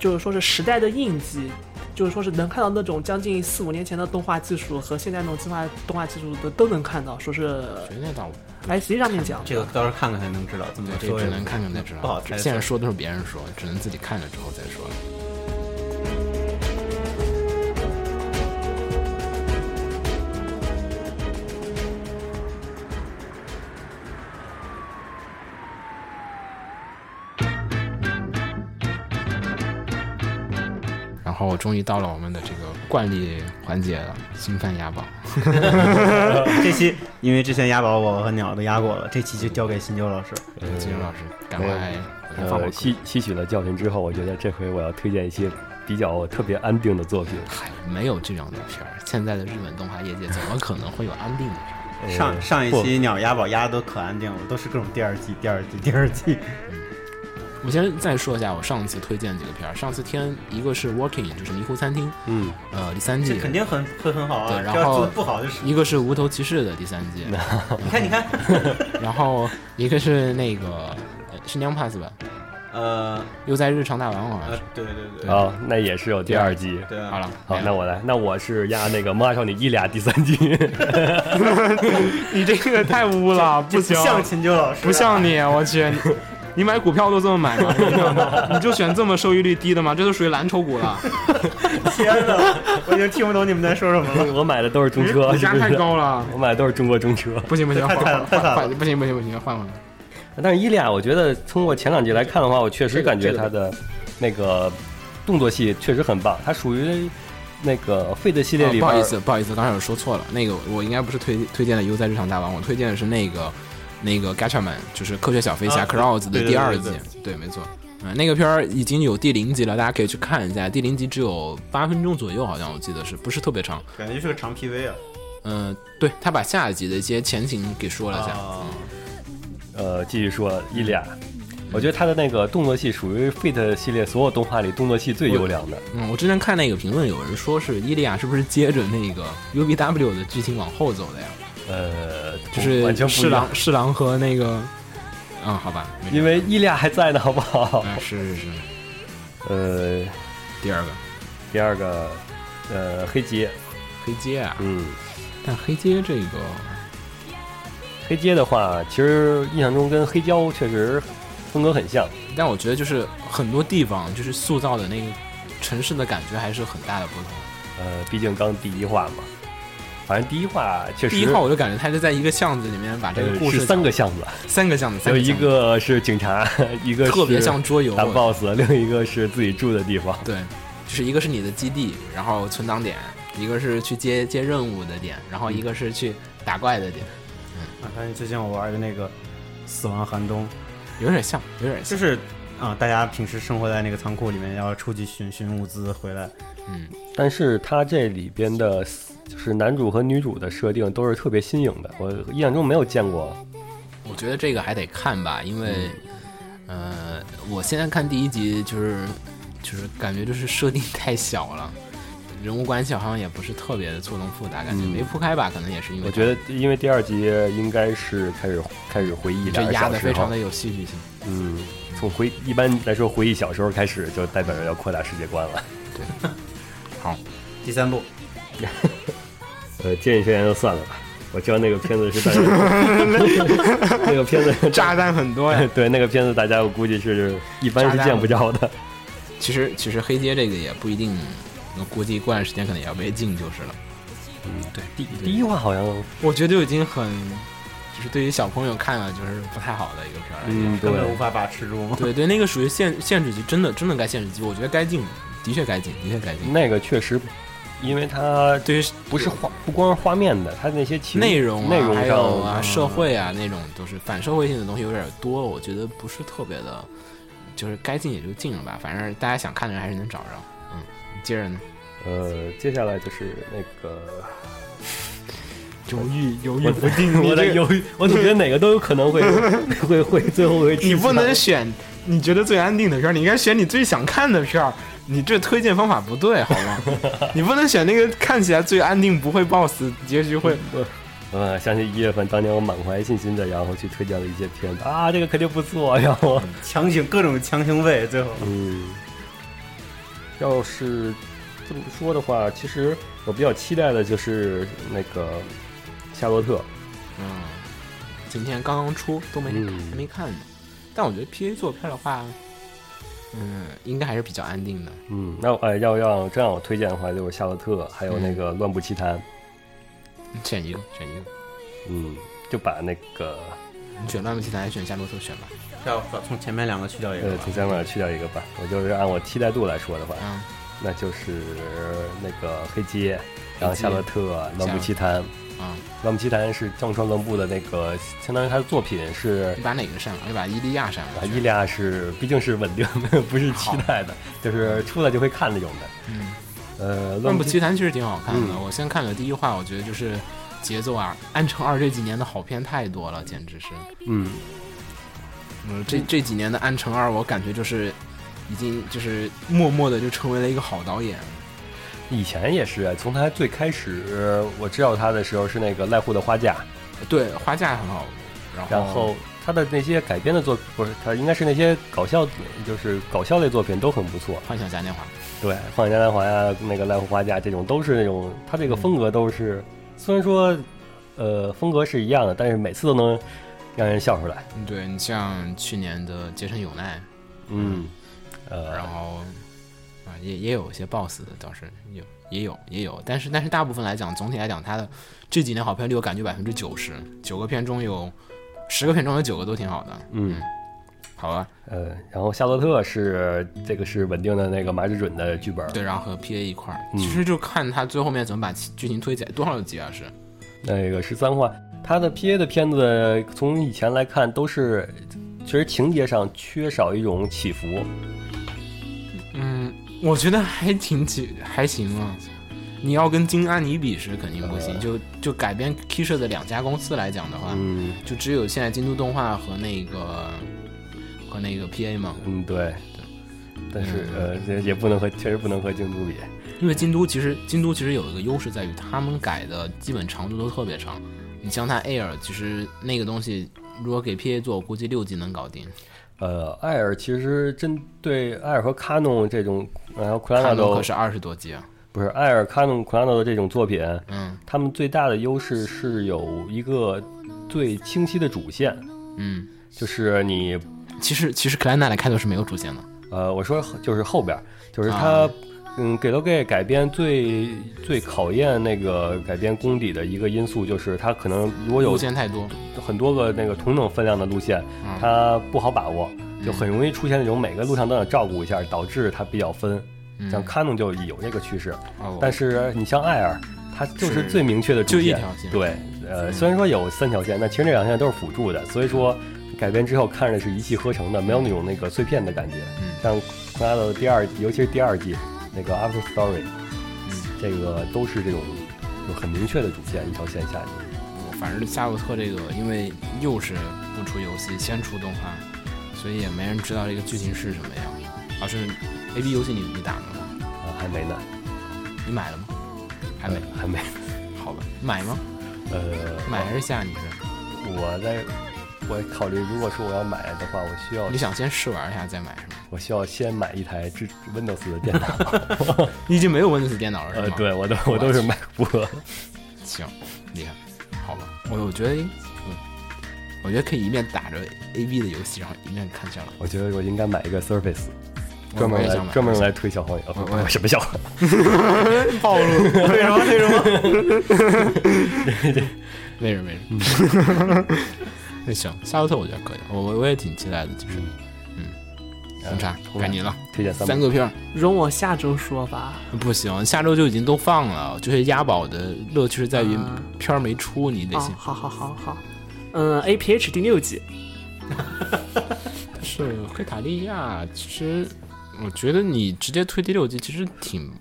就是说是时代的印记，就是说是能看到那种将近四五年前的动画技术和现在那种动画动画技术的都能看到，说是绝对到 S E 上面讲的这个到时候看看才能知道，这么这说只也能看看才知道，不好猜测现在说都是别人说，只能自己看了之后再说。然后终于到了我们的这个惯例环节了，新番押宝。这期因为之前押宝我和鸟都押过了，这期就交给新洲老师。呃金庸老师，赶没有快我先放会呃，儿吸吸取了教训之后，我觉得这回我要推荐一些比较特别安定的作品。呃嗨，没有这样的片儿。现在的日本动画业界怎么可能会有安定的片儿？呃上上一不期鸟押宝押的都可安定了，都是各种第二季、第二季、第二 季。 我先再说一下我上次推荐几个片儿。上次天一个是《Working》，就是《迷糊餐厅》，嗯，呃，第三这季；肯定很会很好啊，对然这要后做的不 好就是。一个是《无头骑士》的第三 季，你看，你看，然后一个是那个呃是《娘 Pass》吧，呃又在日常大王好像呃是。，对对对，哦，那也是有第二季。对啊好了，呃好，没那了我来，那我是压那个《魔法少女一》俩第三季，你这个太污了，这不像秦九老师，啊不像你，我 去，你你买股票都这么买吗？你知道吗你就选这么收益率低的吗？这都属于蓝筹股了，天哪，我已经听不懂你们在说什么 了。我买的都是中车，股是价不太是？高了。我买的都是中国中车。不行不行，换太惨换了太惨换了换，不行不行不行，换换。但是伊利亚，我觉得通过前两集来看的话，我确实感觉他的那个动作戏确实很棒，它属于那个 Fate 系列里边、哦啊不好意思，不好意思，刚才我说错了，那个我应该不是推推荐的《悠哉日常大王》，我推荐的是那个那个 Gatchaman，就是科学小飞侠啊 Crows 的第二季对对，对，没错。嗯，那个片儿已经有第零集了，大家可以去看一下。第零集只有八分钟左右，好像我记得是不是特别长？感觉就是个长 PV 啊，嗯，对他把下一集的一些前情给说了一下，啊，呃，继续说伊利亚，我觉得他的那个动作戏属于 Fate 系列所有动画里动作戏最优良的。嗯，我之前看那个评论，有人说是伊利亚是不是接着那个 UBW 的剧情往后走的呀？呃，就完是全不侍一样郎，侍郎和那个，嗯，好吧，没事因为伊利亚还在呢，好不好？嗯是是是，呃，第二个第二个，呃，黑街，黑街啊，嗯，但黑街这个黑街的话，其实印象中跟黑胶确实风格很像。但我觉得就是很多地方就是塑造的那个城市的感觉还是很大的不同。呃，毕竟刚第一话嘛，反正第一话确实第一话我就感觉他是在一个巷子里面把这个呃故事是三讲个巷子，三个巷子，三有一巷子个是警察， 一个特别是像桌游，打我 BOSS，另一个是自己住的地方。对，就是一个是你的基地，然后存档点，一个是去接接任务的点，然后一个是去打怪的点，发现最近我玩的那个《死亡寒冬》，有点像，有点就像，是啊、大家平时生活在那个仓库里面，要出去寻寻物资回来，嗯，但是它这里边的，就是男主和女主的设定都是特别新颖的，我印象中没有见过。我觉得这个还得看吧，因为，嗯呃，我现在看第一集就是就是感觉就是设定太小了。人物关系好像也不是特别的错综复杂，感觉嗯没铺开吧，可能也是因为我觉得，因为第二集应该是开始开始回忆这两个压小的时非常候的，有戏剧性。嗯，从回一般来说回忆小时候开始，就代表着要扩大世界观了。第三部呃，电影学院就算了吧，我知道那个片子 是大家，那个片子炸弹很多呀， 对那个片子，大家我估计是一般是见不着的。嗯其实其实黑街这个也不一定，我估计过段时间可能也要被禁就是了。嗯，对，第第一话好像，我觉得就已经很，就是对于小朋友看了就是不太好的一个片儿了。嗯，对根，本无法把持住。对对，那个属于限限制级，真的真的该限制级，我觉得该禁，的确该禁，的确该禁。那个确实，因为它对于不是画，不光是画面的，它那些情内容、啊、内容还有上嗯啊社会啊那种，就是反社会性的东西有点多，我觉得不是特别的，就是该禁也就禁了吧，反正大家想看的人还是能找着。嗯，接着呢，呃，接下来就是那个，犹豫犹 我不定，我在犹豫，我总觉得哪个都有可能会会会最后会吃你不香能选你觉得最安定的片儿，你应该选你最想看的片儿。你这推荐方法不对，好吗？你不能选那个看起来最安定、不会 BOSS 结局会。呃，想起一月份当年我满怀信心的，然后去推荐了一些片子啊，这个肯定不错，然后强行各种强行喂，最后嗯，要是这么说的话，其实我比较期待的就是那个夏洛特，嗯，今天刚刚出，都没看，嗯还没看呢。但我觉得 PA 做片儿的话，嗯，应该还是比较安定的。嗯，那呃要让这样我推荐的话，就是夏洛特，还有那个乱步奇谭，选一个，选一个，嗯，就把那个你选乱步奇谭还是选夏洛特？选吧。要从前面两个去掉一呃个。从下面去掉一个吧，我就是按我期待度来说的话，嗯，那就是那个黑街，然后黑街夏洛特、乱步奇谭，啊、乱步奇谭是藏川乱步的那个，相当于他的作品是你把哪个删了？你把伊利亚删了。啊，伊利亚是毕竟是稳定的， 不是期待的，就是出来就会看那种的。嗯，呃，乱乱步步奇奇谭确实挺好看的。嗯我先看了第一话，我觉得就是节奏啊，安城二这几年的好片太多了，简直是。嗯，嗯，这这几年的安城二，我感觉就是已经就是默默的就成为了一个好导演。以前也是，啊从他最开始我知道他的时候是那个濑户的花架，对，花架很好，然后然后他的那些改编的作不是他应该是那些搞笑，就是搞笑类作品都很不错。幻想嘉年华，对，《放眼嘉年华》呀，那个《濑户花架》这种都是那种，他这个风格都是，虽然说，呃，风格是一样的，但是每次都能让人笑出来。嗯对你像去年的杰森永奈，嗯，呃然，后啊也也有一些 BOSS 的倒是有也有也有，但是但是大部分来讲，总体来讲，他的这几年好片率我感觉百分之九十，九个片中有十个片中有九个都挺好的。嗯。好吧，呃，然后夏洛特是这个是稳定的那个马志准的剧本，对，然后和 PA 一块儿，嗯其实就看他最后面怎么把其剧情推起来，多少集啊是？那个十三话，他的 P A 的片子从以前来看都是，其实情节上缺少一种起伏，嗯，我觉得还挺起，还行啊。你要跟金安妮比是肯定不行。呃就就改编 Kisha 的两家公司来讲的话，嗯就只有现在京都动画和那个和那个 PA 嘛，嗯，对。但是呃，也也不能和，确实不能和京都比。因为京都其实京都其实有一个优势在于他们改的基本长度都特别长。你像它 Air，其实那个东西如果给 PA 做，估计六集能搞定。呃，艾尔其实针对艾尔和卡农这种，然后库拉他纳们都可是二十多集啊，不是艾尔、卡农、库拉纳的这种作品，嗯他们最大的优势是有一个最清晰的主线，嗯。就是你其实其实克莱纳的开头是没有主线的，呃，我说就是后边儿，就是他啊，嗯，给 l o g a 改编最最考验那个改编功底的一个因素，就是他可能如果有路线太多，很多个那个同等分量的路线，嗯他不好把握，就很容易出现那种每个路上都想照顾一下，导致他比较分。嗯像 Canon 就有这个趋势，哦但是你像艾尔，他就是是最明确的主就一线条线对，呃，嗯虽然说有三条线，但其实那两条线都是辅助的，所以说改编之后看着是一气呵成的，没有那种那个碎片的感觉。嗯像《克拉的第二，尤其是第二季那个 After Story，嗯，这个都是这种有很明确的主线，一条线下去。我反正夏洛特这个，因为又是不出游戏，先出动画，所以也没人知道这个剧情是什么样。啊，是 A B 游戏你你打了吗？啊，还没呢，你买了吗？还没，呃还没， 好吧，买吗？呃，买还是下？你是我在，我考虑，如果说我要买的话，我需要你，想先试玩一下再买是吗？我需要先买一台支 Windows 的电脑。你已经没有 Windows 电脑了是吗呃，？对我都我都是 m a c 行，厉害，好吧，我我觉得，嗯，我觉得可以一面打着 A B 的游戏，然后一面看夏洛特， 我觉得我应该买一个 Surface，我专门我也来想买专门用来推小黄油，我也不什么小黄油？暴露，为什么？为什么？没人没人。嗯 那行，夏洛特我觉得可以，我我我也挺期待的，其实。呃嗯红茶红茶该你了，推荐三三个片儿容我下周说吧。不行，下周就已经都放了。就是押宝的乐趣是在于啊片儿没出，你得哦先，好好好好，嗯，APH 第六季，是《黑塔利亚》。其实我觉得你直接推第六季其实挺，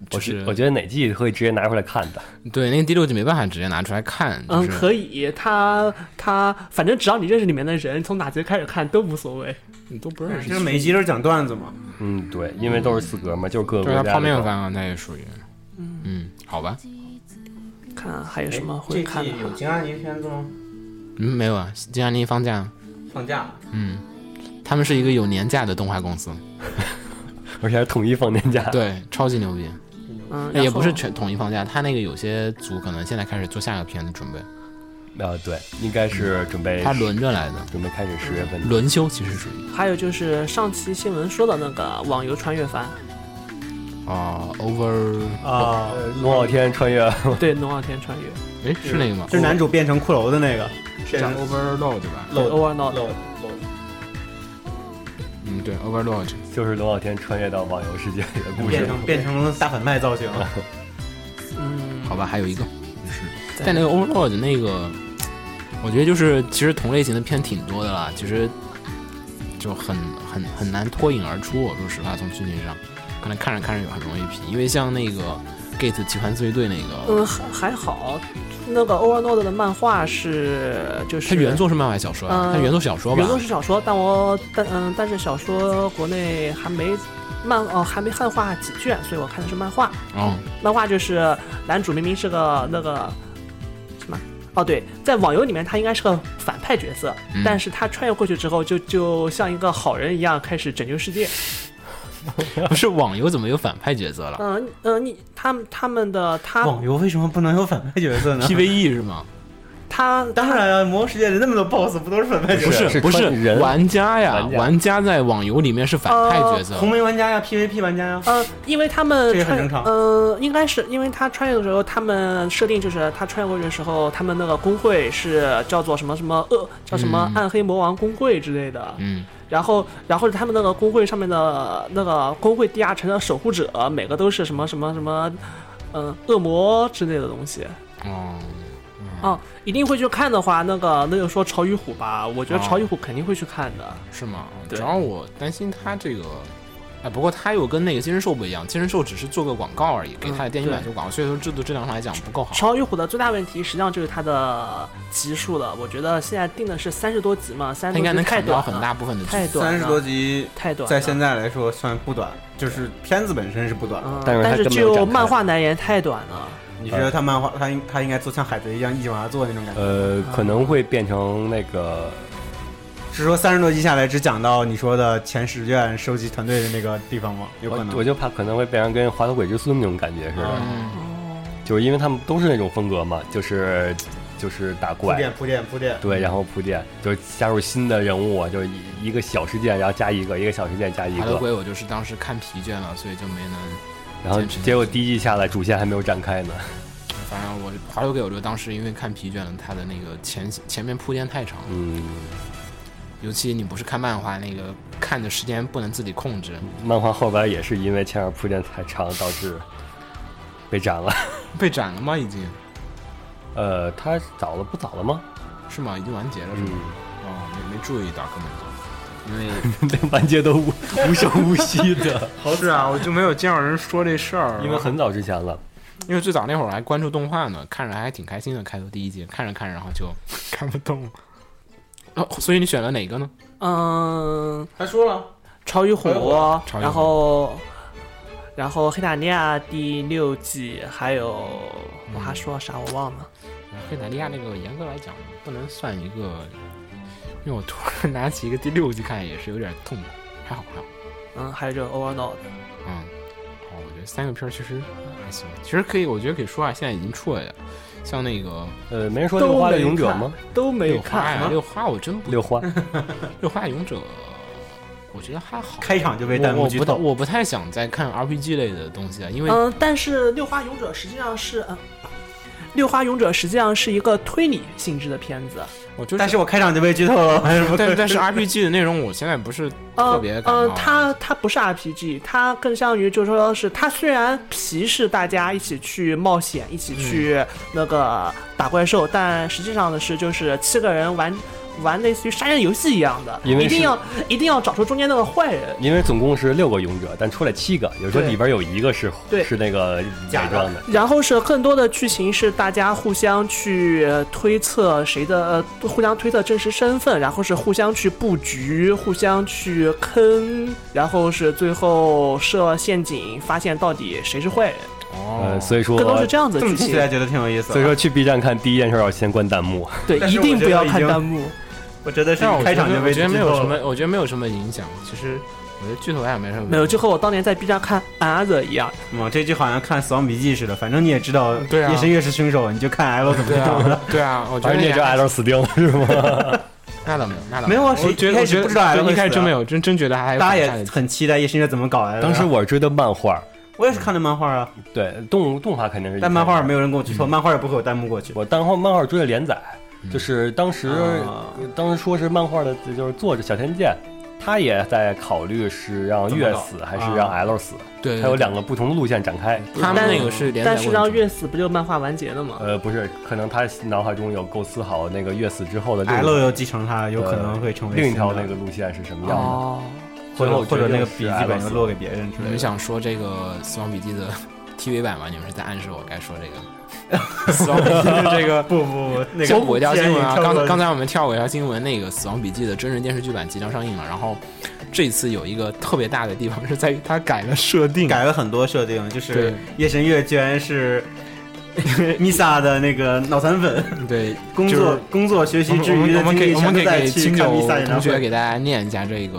我就是是我觉得哪季会直接拿出来看的？对那个第六季没办法直接拿出来看，就嗯，是可以，他他反正只要你认识里面的人，从哪集开始看都无所谓。你都不认识这。每一集都是讲段子嘛，嗯，对，因为都是四格嘛，就是各个就是国家它的泡面番啊，它也属于。嗯，好吧，看还有什哎么这会看季的有啊？金安妮片子吗？嗯，没有啊，金安妮放假，放假了嗯，他们是一个有年假的动画公司，而且还统一放年假。，对，超级牛逼。嗯，然后也不是全统一放假，他那个有些组可能现在开始做下个片子准备，啊，对，应该是准备他轮着来的，准备开始十月份。轮休其实属于还有就是上期新闻说的那个网游穿 越番，啊、over，啊，龙傲天穿越， 对，龙傲天穿越，哎是那个吗？就是男主变成骷髅的那个，变叫成 overload 吧？对漏 Overlord，嗯，对 overload，就是龙傲天穿越到网游世界里的故变事。成变成大反派造型，嗯，好吧，还有一个就是对但那个 overload 那个，我觉得就是其实同类型的片挺多的啦，其实就很很很难脱颖而出。我说实话，从剧情上，可能看着看着很容易疲，因为像那个 Gate 集团自卫队那个，嗯还还好，那个 Overlord 的漫画是就是它原作是漫画小说啊，嗯它原作小说吧原，作是小说，但我但嗯，但是小说国内还没漫哦，还没汉化几卷，所以我看的是漫画。嗯，漫画就是男主明明是个那个什么哦，对，在网游里面他应该是个反派角色，嗯但是他穿越过去之后就，就像一个好人一样开始拯救世界。不 是网游怎么有反派角色了嗯、嗯、你他们他们的他网游为什么不能有反派角色呢？ ？PVE 是吗？他 当然了，魔兽世界里那么多 BOSS 不都是反派角不色？是是不是穿人玩家呀，玩家玩家在网游里面是反派角色，红梅玩家呀，PVP 玩家呀，呃，因为他们这也很穿正常呃，应该是因为他穿越的时候，他们设定就是他穿越过去的时候，他们那个工会是叫做什么什么恶、叫什么嗯暗黑魔王工会之类的。嗯，然后，然后他们那个工会上面的那个工会地下城的守护者，每个都是什么什么什么，嗯、恶魔之类的东西。哦，哦，一定会去看的话，那个那就说潮与虎吧，我觉得哦潮与虎肯定会去看的。是吗？对主要我担心他这个哎，不过他又跟那个金人兽不一样，金人兽只是做个广告而已，给他的电影版对做广告，所以从制度质量上来讲不够《好。潮与虎》的最大问题实际上就是它的集数了。我觉得现在定的是三十多集嘛，三他十应该多能集太砍掉短很了，大部分的剧太短了，三十多集，太短了，在现在来说算不短，就是片子本身是不短的。嗯，但是它但是根本没有就展开漫画难言太短了。你觉得他漫画，他应他应该做像海贼一样一往而做那种嗯感觉？呃，可能会变成那个是说三十多集下来只讲到你说的前十卷收集团队的那个地方吗？有可我能我。就怕可能会变成跟《滑头鬼之孙》那种感觉似的，嗯，就是因为他们都是那种风格嘛，就是就是打铺怪，垫铺垫铺垫，对，然后铺垫，就是加入新的人物，就是一个小事件，然后加一个，一个小事件加一海德个，龟我就是当时看疲倦了，所以就没能。然后坚持结果第一季下来，主线还没有展开呢。反正我华德龟我就当时因为看疲倦了，他的那个前前面铺垫太长了，嗯，尤其你不是看漫画，那个看的时间不能自己控制，漫画后边也是因为前面铺垫太长，导致被斩了。被斩了吗？已经呃，他早了不早了吗？ 是吗？已经完结了是吗？哦，没没注意到，根本就因为那完结都无无声无息 的，是啊，我就没有见到人说这事儿，因为很早之前了。因为最早那会儿还关注动画呢，看着还挺开心的。开头第一集看着看着，然后就 看不动了。哦，所以你选了哪个呢？嗯，他说了，超与虎，哎超与虎然后然后黑塔利亚第六季，还有我还说了啥我忘了。呃费塔利亚那个严格来讲不能算一个，因为我突然拿起一个第六季看也是有点痛苦，还好还好，嗯，还有这个 Overlord，嗯，好，我觉得三个片儿其实还行，其实可以，我觉得可以说啊，现在已经出来了，像那个呃，没人说六花的勇者吗？都六没花呀，六花我真不六花，六花勇者，我觉得还好，开场就被弹我幕我剧不太透。我不太想再看 RPG 类的东西了，因为嗯，但是六花勇者实际上是嗯。六花勇者实际上是一个推理性质的片子，我就是但是我开场就被剧透了， 但但是 RPG 的内容我现在不是特呃别感呃冒，它它不是 RPG，它更像于就是说是它虽然皮是大家一起去冒险，一起嗯去那个打怪兽，但实际上呢是就是七个人玩玩类似于杀人游戏一样的，因为一定是要一定要找出中间那个坏人。因为总共是六个勇者，但出来七个，有时候对里边有一个是对是那个假装的，然后是更多的剧情是大家互相去推测谁的，呃互相推测真实身份，然后是互相去布局，互相去坑，然后是最后设陷阱，发现到底谁是坏人，哦呃，，所以说更多是这样子这的么剧听起情来。觉得挺有意思。所以说，去 B 站看第一件事要先关弹幕，对，但一是定我觉不得要已看经弹幕。我觉得是但是我觉一开场得就被我剧觉得没有什透么了。，嗯我觉得没有什么影响。其实我觉得剧透还没什么，没有，就和我当年在 B 站看《Another》一样，嗯，这句好像看《死亡笔记》似的，反正你也知道，对啊夜神月是凶手，你就看 L 怎么对样了。啊， 对啊，我觉反得正你也知道艾那伦死定了是吗？那倒没有，那倒没有啊，谁我觉一得开我始觉不得知道 L 对一开始真没有，有，真真觉得还有大家下也一集很期待夜神月怎么搞来的。当时我是追的漫画，我也是看的漫画啊，对动动画肯定是，但漫画没有，有人嗯跟我剧透，漫画也不会有弹幕过去。我当画漫画追的连载，就是当时啊当时说是漫画的，就是作者小天剑。他也在考虑是让怎么月搞死还是让啊 L 死，对，他有两个不同的路线展开。他们那个是连载但过是程让月死不就漫画完结了吗？呃，不是，可能他脑海中有构思好那个月死之后的另一 L 又继承它，有可能会成为另一新条的那个路线是什么样的，哦，或最者后或者那个笔决定是记本 L 就死落给别人之你类们的。想说这个《死亡笔记》的 TV 版吗？你们是在暗示我该说这个《死亡笔记》的这个不不不，那跳过一条新闻啊！刚才刚才才我们跳过一条新闻，那个《死亡笔记》的真人电视剧版即将上映了。然后这次有一个特别大的地方是在于它改了设定，改了很多设定，就是对夜神月居 然是 Misa 的那个脑残粉，对工就是作工作学我习们之余我的们精给力我们全都给在给去亲看 Misa 友演唱同学会。给大家念一下这个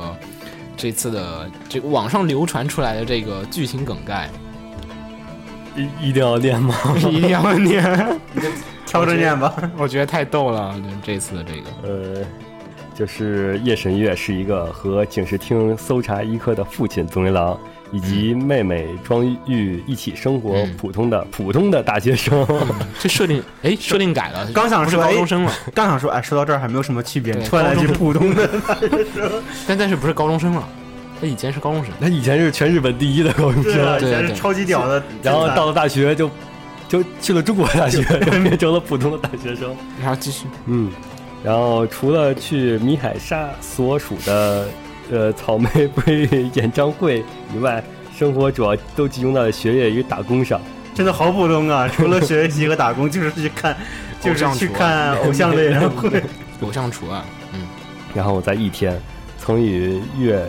这次的这个网上流传出来的这个剧情梗概，一一定要练吗？一定要念，挑着念吧， 我觉得太逗了，就这次的这个。 呃，就是夜神月是一个和警视厅搜查一课的父亲宗一郎以及妹妹庄玉一起生活嗯普通的、普通的大学 生。这设定，哎，设定改了，刚想不是说高哎中生了，刚想说，哎，说到这儿还没有什么区别，对突然来句普通的，但但是不是高中生了，他以前是高中生，他以前是全日本第一的高中是啊，对全对是超级屌的。然后到了大学就就去了中国大学， 就变成了普通的大学生。然后继续，嗯，然后除了去米海沙所属的呃，草莓被演唱会以外，生活主要都集中在学业与打工上。真的好普通 啊！除了学习和打工，就是去看，就偶是像去厨啊 看偶像的演唱会。偶像厨啊，嗯，然后在一天，曾与月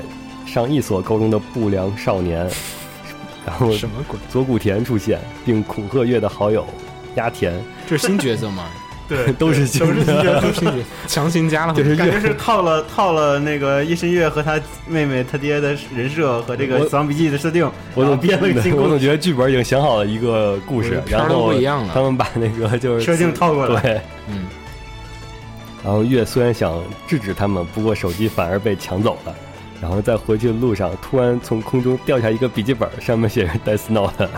上一所高中的不良少年， 然后么鬼？佐古田出现，并恐吓月的好友鸭 田，这是新角色 吗？对， 都是新都是新这 的，是新角色强行加了吗，就是感觉月是套了套了那个叶深月和他妹妹他爹的人设和这个我《死亡笔记》的设定，我然总后编了个新我故总觉得剧本已经想好了一个故我事的，片然儿都后不一样了他们把那个就是设定套过来。对，嗯，然后月虽然想制止他们，不过手机反而被抢走了。然后在回去的路上，突然从空中掉下一个笔记本，上面写着 “Death Note”，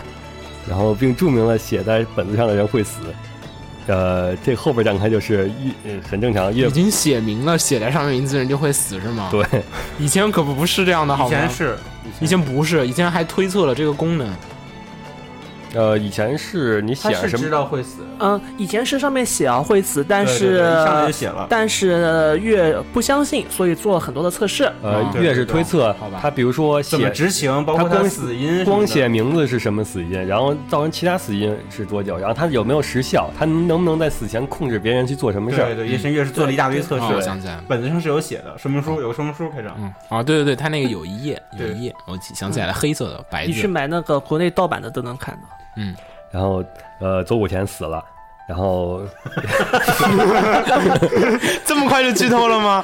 然 后并注明了写在本子上的人会死。呃，这后边展开就是月、呃很正常，月已经写明了，写在上面名字人就会死是吗？，对以前可不是这样的，好以前吗？是以前不是，以前还推测了这个功能。呃，以前是你写他上是什知么？道会死，嗯，以前是上面写啊会死，但对对是对一上来就写了。但是越不相信，所以做了很多的测试。呃啊，月是推测好吧，他比如说怎么写执行，包他括他光死因什么 的，光写名字是什么死因，然后造成其他死因是多久，然后他有没有时效，他能不能在死前控制别人去做什么事对儿？嗯对，叶深月是做了一大堆测哦我试，想起来了，本子上是有写的，说明书有个说明书开场。嗯，啊，对对对，他那个有一页，有对一页，我记想起来了，黑色的白你去字，买那个国内盗版的都能看到。然后呃，左武田死了，然后这么快就剧透了吗？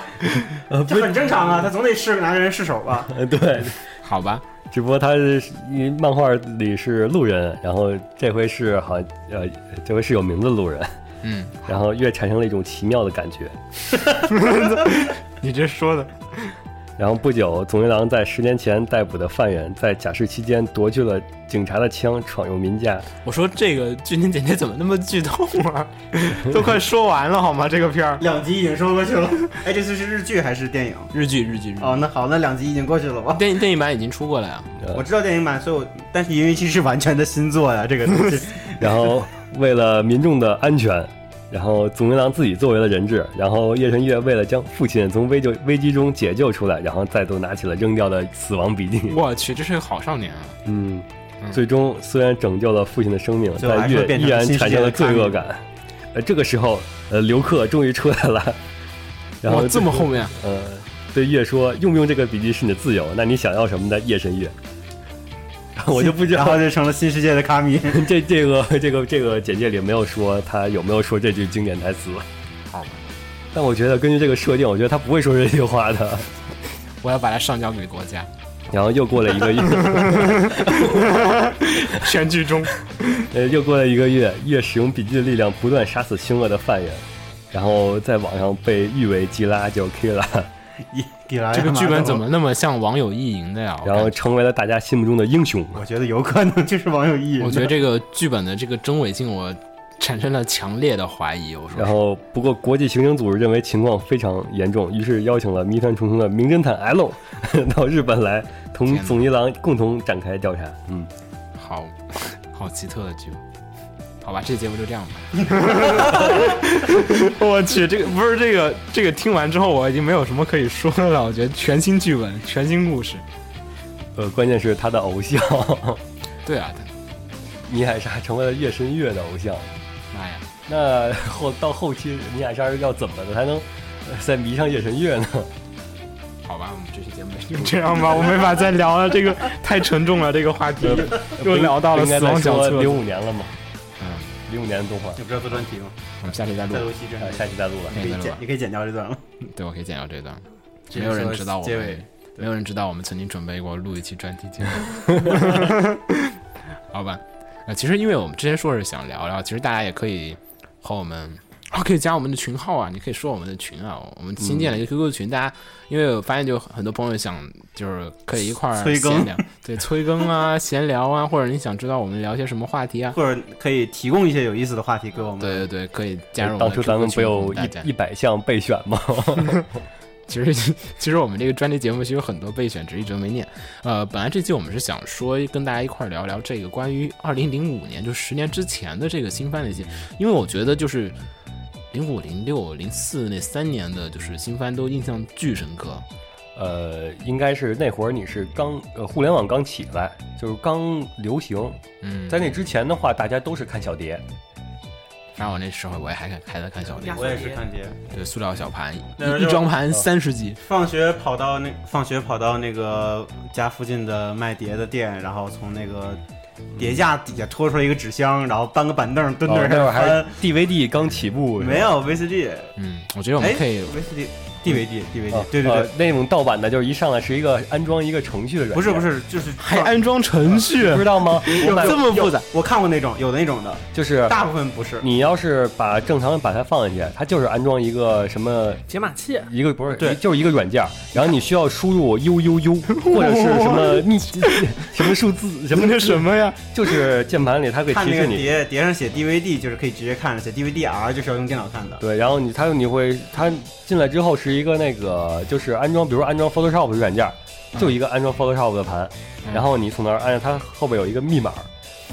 这很正常啊，他总得是个男人试手吧？呃对， 好吧，只不过他是因为漫画里是路人，然后这回是好像呃这回是有名字的路人，嗯，然后越产生了一种奇妙的感觉。 你这说的，然后不久，总一郎在十年前逮捕的犯人，在假释期间夺去了警察的枪，闯入民家。我说这个剧情简介怎么那么剧透啊？ 都快说完了好吗？这个片儿，两集已经说过去了，哎，这次是日剧还是电影？日剧，日剧，日剧哦，那好，那两集已经过去了吧？电电影版已经出过了呀，呃我知道电影版，所以我但是因为这是完全的新作呀，这个东西然后为了民众的安全，然后总一郎自己作为了人质，然后夜神月为了将父亲从危救危机中解救出来，然后再度拿起了扔掉的死亡笔记。我去，这是个好少年啊！嗯，最终虽然拯救了父亲的生命，最后但还是月变依成然新世界产生了的罪卡米恶感。呃，这个时候，呃，刘克终于出来了，然后哇，这么后面，啊呃，对月说：“用不用这个笔记是你的自由，那你想要什么的，夜神月。” 我就不知然道后就成了新世界的卡米。 这这个这个这个简介里没有说他有没有说这句经典台词。好吧，但我觉得根据这个设定，我觉得他不会说这句话的。我要把它上交给 国家。然后又过了一个月， 全剧终。呃，又过了一个月，月使用笔记的力量不断杀死凶恶的犯人，然后在网上被誉为吉拉就 K 了，这这个剧本怎？么那么像网友意淫的呀？我然后感觉成为了大家心目中的英雄。我觉得有可能就是网 友意淫的。我觉得这个剧本的这个真伪性，我产生了强烈的怀疑。我说，然后，不过国际刑警组织认为情况非常严重，于是邀请了谜团重重的名侦探 L 到日本来，同天哪总一郎共同展开调查。嗯，好好奇特的剧本。好吧，这节目就这样吧。 我去，这个不是这个这个，听完之后我已经没有什么可以说的了。我觉得全新剧本，全新故事，呃，关键是他的偶像 对啊，米海沙成为了夜神月的偶像。妈呀，那后到后期米海沙要怎么的才能呃再迷上夜神月呢？好吧，我们这期节目就 这样吧，我没法再聊了，这个太沉重了，这个话 题又聊到了应该死再亡小说册零子。五年了嘛，嗯，零五年的动画，你不是要做专题吗？我们下期再录再，录一期这样呃，下期再录吧。你可以剪，你可以剪掉这段了。对我可以剪掉这段。这没个有人说知道我结们尾，没有人知道我们曾经准备过录一期专题节目。 好吧，呃，其实因为我们之前说是想聊聊，其实大家也可以和我们。哦，可以加我们的群号啊！你可以说我们的群啊，我们新建嗯了一个 QQ 群，大家因为我发现就很多朋友想就是可以一块儿催更闲聊，对，催更啊、闲聊啊，或者你想知道我们聊些什么话题 啊，或者可以提供一些有意思的话题给我们。对对对，可以加入我们当的初咱 QQ 们不群有大家一一百项备选吗？ 其实，其实我们这个专题节目其实有很多备选，只是一直没念。呃，本来这期我们是想说跟大家一块儿聊聊这个关于二零零五年，就十年之前的这个新番的一些，因为我觉得就是零五、零六、零四那三年的，就是新番都印象巨深刻。呃，应该是那会儿你是刚呃互联网刚起来，就是刚流行，嗯，在那之前的话，大家都是看小碟，反正我那时候我也还看还在看小碟呀，我也是看碟，对，塑料小盘，那时候一一就装盘三十集，放学跑到那，放学跑到那个家附近的卖碟的店，然后从那个碟架底下拖出来一个纸箱，然后搬个板凳蹲那哦儿那会儿还翻是 DVD 刚起步，没有 VCD，嗯，我觉得我哎们可以， ，VCD DVD DVD，啊，对对呃对，那种盗版的，就是一上来是一个安装一个程序的软件，不是不，是，就是还安装程序，知道 吗？我买这么复杂，我看过那种有那种的，就是大部分不是。嗯你要是把正常把它放进去，它就是安装一个什么解码器，一个不是对就是一个软件儿，然后你需要输入 u u u 或者是什 么密什么数字什么那什么呀？就是键盘里它会看提那示个你，碟碟上写 DVD 就是可以直接看，写 DVD-R 就是要用电脑看的。对，然后你它你会它进来之后是一个那个就是安装，比如说安装 Photoshop 的软件儿，就一个安装 Photoshop 的盘，嗯然后你从那儿按它后边有一个密码儿，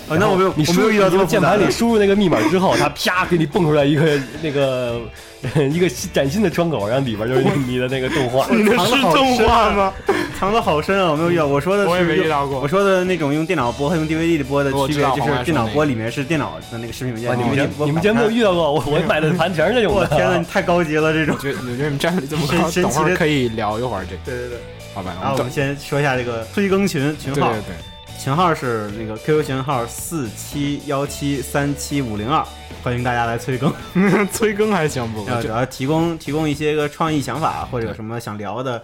哦，那我没有，你我输没入有遇到这么你键复杂盘的 里输入那个密码之后，它啪给你蹦出来一个那个 一个新崭新的窗口，然后里边就是你的那个动画。你那是动啊画吗？藏的好深啊，我没有遇到。我说哦的是我也没用遇到过我说的那种用电脑播和用 DVD 播的我区知别道就黄是瓜电脑说那播个哦里面是电脑的那个视频文哇件，你们播你们反全没有看遇到过，我我买的盘全是这种我天呐，的。你太高级了这种 我。觉得我觉得你们站里这么神高，神奇的等会儿可以聊一会儿这个，对对对，好吧？然后我们们先说一下这个催更群群等号对，对对，群号是那个 QQ 群号四七幺七三七五零二，欢迎大家来催更。催更还行不？呃，主要提供提供一些个创意想法，或者有什么想聊的，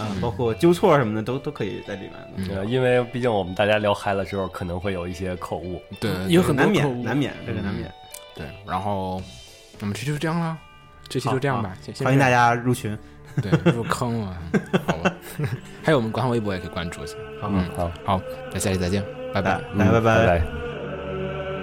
嗯、包括纠错什么的，都都可以在里面的。嗯 呃因为毕竟我们大家聊嗨了之后，可能会有一些口误。对对有很多难口误免，难免，这个难嗯免。对，然后我们这就这样啦，这期就这样嗯吧，先欢迎大家家入群。对入坑了，好吧？还有我们官方微博也可以关注一下，好嗯，好，嗯好，那下期再见，拜拜来。来，拜拜拜。拜。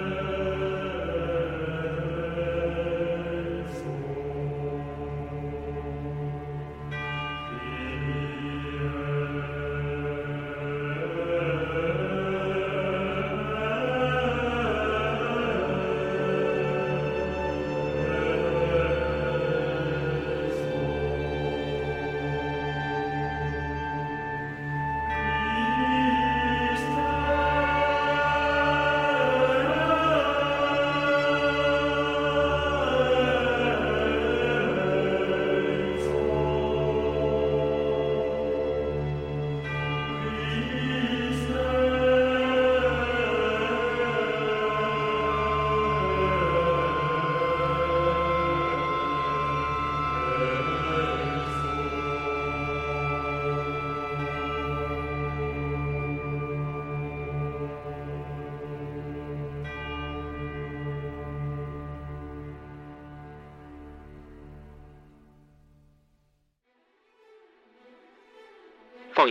放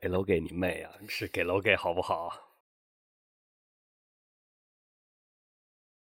给楼给你妹啊！是给楼给好不好？